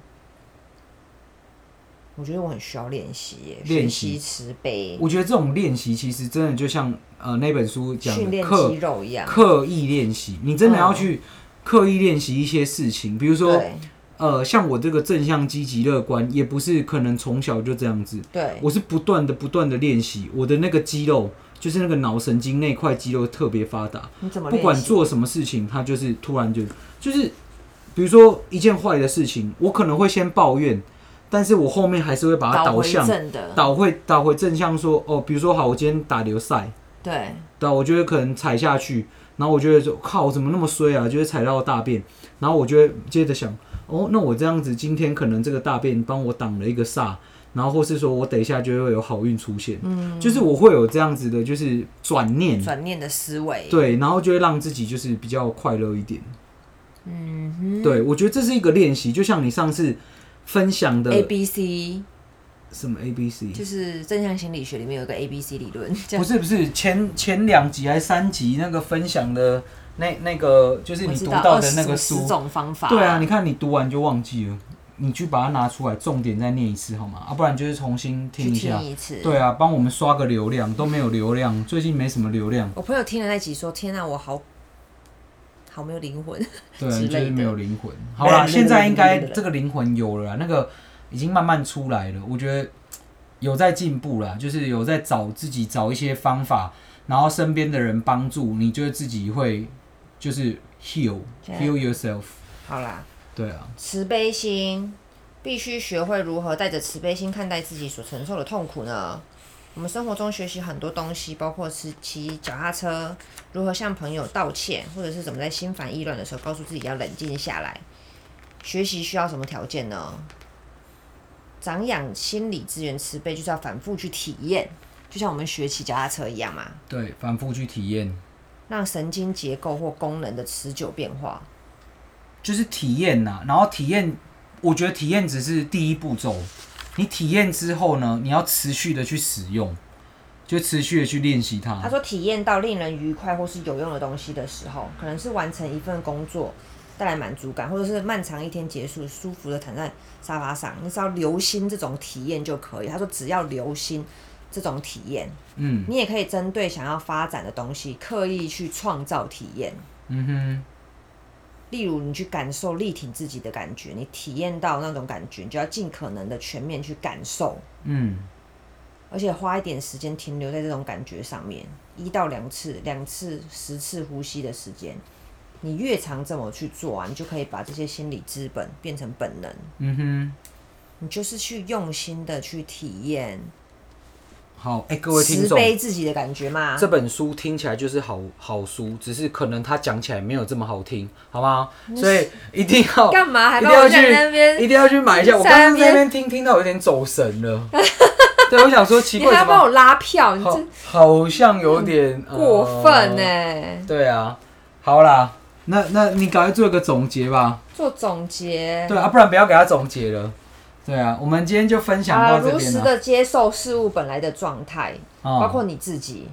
S2: 我觉得我很需要练习耶，
S1: 练
S2: 学
S1: 习
S2: 习慈悲，
S1: 我觉得这种练习其实真的就像呃那本书讲
S2: 训
S1: 的
S2: 练
S1: 刻
S2: 肌肉一样。
S1: 刻意练习，你真的要
S2: 嗯
S1: 去刻意练习一些事情，比如说
S2: 对
S1: 呃像我这个正向、积极、乐观，也不是可能从小就这样子，
S2: 对，
S1: 我是不断的不断的练习，我的那个肌肉就是那个脑神经那块肌肉特别发达，
S2: 你怎么
S1: 不
S2: 练
S1: 管
S2: 习
S1: 做什么事情，他就是突然就就是，比如说一件坏的事情，我可能会先抱怨，但是我后面还是会把它
S3: 倒
S1: 导
S3: 回
S1: 向
S3: 正的，
S1: 导回导回正向说，哦，比如说好，我今天打流赛，
S3: 对
S1: 对啊，我就会可能踩下去，然后我觉得就靠，我怎么那么衰啊？就是踩到大便，然后我就会接着想，哦，那我这样子今天可能这个大便帮我挡了一个煞，然后或是说我等一下就会有好运出现，嗯，就是我会有这样子的，就是转念，
S3: 转念的思维，
S1: 对，然后就会让自己就是比较快乐一点，嗯，对，我觉得这是一个练习，就像你上次分享的
S3: ，A B C
S1: 什么 A B C，
S3: 就是正向心理学里面有一个 A B C 理论，这样
S1: 不是不是，前前两集还三集那个分享的那那个，就是
S3: 我
S1: 你
S3: 知
S1: 读
S3: 道
S1: 到
S3: 二
S1: 的
S3: 十
S1: 那个
S3: 十
S1: 书，
S3: 种方法，
S1: 对啊，你看你读完就忘记了，你去把它拿出来，重点再念一次好吗？啊，不然就是重新
S3: 去
S1: 听一
S3: 听
S1: 下。
S3: 一次，
S1: 对啊，帮我们刷个流量，都没有流量，最近没什么流量，
S3: 我朋友听了那集说：“天啊，我好好没有灵魂。 <laughs>
S1: 对啊，
S3: 之
S1: 就
S3: 类
S1: 是
S3: 的
S1: 没有灵魂。好啦，
S2: 对对
S1: <laughs> 现在应该
S2: 对对对
S1: 这个灵魂有了啦，那个已经慢慢出来了，我觉得有在进步啦，就是有在找自己找一些方法，然后身边的人帮助，你就自己会就是 heal
S2: 对
S1: heal yourself。
S2: 好啦，
S1: 对啊，
S2: 慈悲心必须学会如何带着慈悲心看待自己所承受的痛苦呢？我们生活中学习很多东西，包括是骑脚踏车，如何向朋友道歉，或者是怎么在心烦意乱的时候告诉自己要冷静下来。学习需要什么条件呢？长养心理资源慈悲，就是要反复去体验，
S3: 就像我们学骑脚踏车一
S2: 一
S3: 样，
S2: 样嘛，
S1: 对，反复去体验，
S2: 让神经结构或功能的持久变化。
S1: 就是体验呐、然后体验，我觉得体验只是第一步骤，你体验之后呢，你要持续的去使用，就持续的去练习它。
S2: 他说，体验到令人愉快或是有用的东西的时候，可能是完成一份工作带来满足感，或者是漫长一天结束，舒服的躺在沙发上，你只要留心这种体验就可以。他说，只要留心这种体验，
S1: 嗯
S2: 你也可以针对想要发展的东西，刻意去创造体验。
S1: 嗯哼。
S2: 例如，你去感受力挺自己的感觉，你体验到那种感觉，你就要尽可能的全面去感受，
S1: 嗯，
S2: 而且花一点时间停留在这种感觉上面，一到两次，两次十次呼吸的时间，你越常这么去做啊，你就可以把这些心理资本变成本能，
S1: 嗯哼，
S2: 你就是去用心的去体验
S1: 好，哎、各位听
S2: 慈
S1: 众，
S2: 悲自己的感觉嘛
S1: 这。本书听起来就是好好书，只是可能它讲起来没有这么好听，好吗？所以一定要
S2: 干嘛还
S1: 一
S2: 把
S1: 定
S2: 我
S1: 要
S2: 站在那
S1: 去，一
S2: 边？
S1: 定要去买一下。我刚
S2: 在那
S1: 刚
S2: 边
S1: 在那边听，听到有点走神
S2: <laughs>
S1: 了。对，我想说奇
S2: 你
S1: 怪，
S2: 还要
S1: 怎
S2: 帮
S1: 么
S2: 我拉票，你
S1: 好
S2: 真
S1: 好像有点、呃
S2: 过分欸呢、
S1: 对啊，好啦，那那你赶快做一个总结吧。
S2: 做总结。
S1: 对啊，不然不要给他总结了。对啊，我们今天就分享
S2: 啊，
S1: 到这
S2: 如
S1: 边
S2: 实
S1: 了。
S2: 的接受事物本来的状态，
S1: 啊
S2: 包括你自己，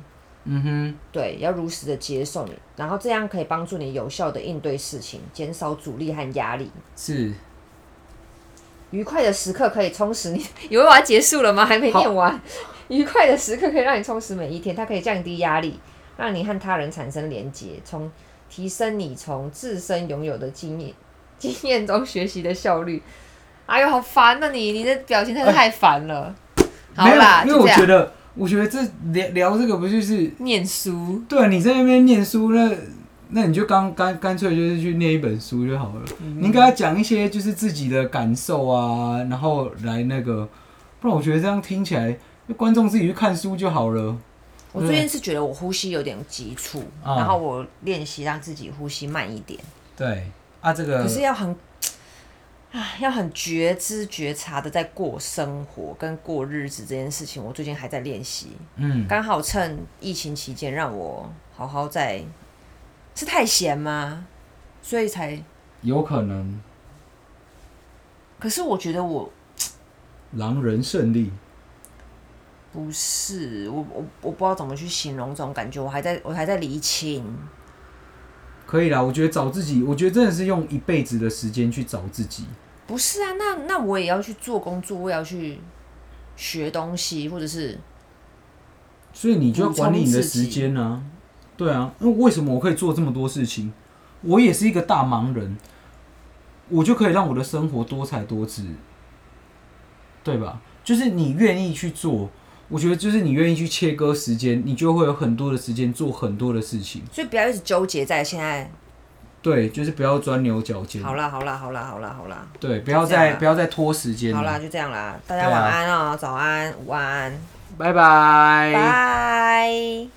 S1: 嗯哼，
S2: 对，要如实的接受你，然后这样可以帮助你有效的应对事情，减少阻力和压力。
S1: 是。
S2: 愉快的时刻可以充实你， <laughs> 以为我要结束了吗？还没
S1: 好
S2: 念完。愉快的时刻可以让你充实每一天，它可以降低压力，让你和他人产生连结，从提升你从自身拥有的经验经验中学习的效率。哎呦，好烦啊你！你的表情真的太烦了。好
S1: 哎没有
S2: 啦，，
S1: 因为
S2: 就
S1: 我
S2: 这
S1: 觉
S2: 样。
S1: 得，我觉得这聊聊这个不就是
S3: 念书，
S1: 对啊你在那边念书，那那你就干干干脆就是去念一本书就好了。你应该讲一些就是自己的感受啊，然后来那个，不然我觉得这样听起来，那观众自己去看书就好了。
S2: 我最近是觉得我呼吸有点急促，
S1: 嗯
S2: 然后我练习让自己呼吸慢一点。
S1: 对啊，这个
S2: 可是要很，唉，要很觉知觉察的在过生活跟过日子这件事情，我最近还在练习。
S1: 嗯，
S2: 刚好趁疫情期间，让我好好在，是太闲吗？所以才，
S1: 有可能
S2: 可是我觉得我
S1: 狼人胜利，
S2: 不是，我我我不知道怎么去形容这种感觉，我还在我还在厘清。
S1: 可以啦。我觉得找自己，我觉得真的是用一辈子的时间去找自己。
S2: 不是啊，那那我也要去做工作，我也要去学东西，或者是
S1: 所以你就要管理你的
S2: 补充自
S1: 时
S2: 己
S1: 间啊。对啊，那为什么我可以做这么多事情？我也是一个大忙人，我就可以让我的生活多彩多姿，对吧？就是你愿意去做，我觉得就是你愿意去切割时间，你就会有很多的时间做很多的事情。
S2: 所以不要一直纠结在现在。
S1: 对，就是不要钻牛角尖。
S2: 好啦，好啦，好啦，好啦，好啦。
S1: 对，不要
S2: 就这样
S1: 再
S2: 啦
S1: 不要再拖时间
S2: 好啦，
S1: 了。
S2: 就这样啦，大家
S1: 对啊
S2: 晚安哦，早安，午安，
S1: 拜拜。
S2: 拜。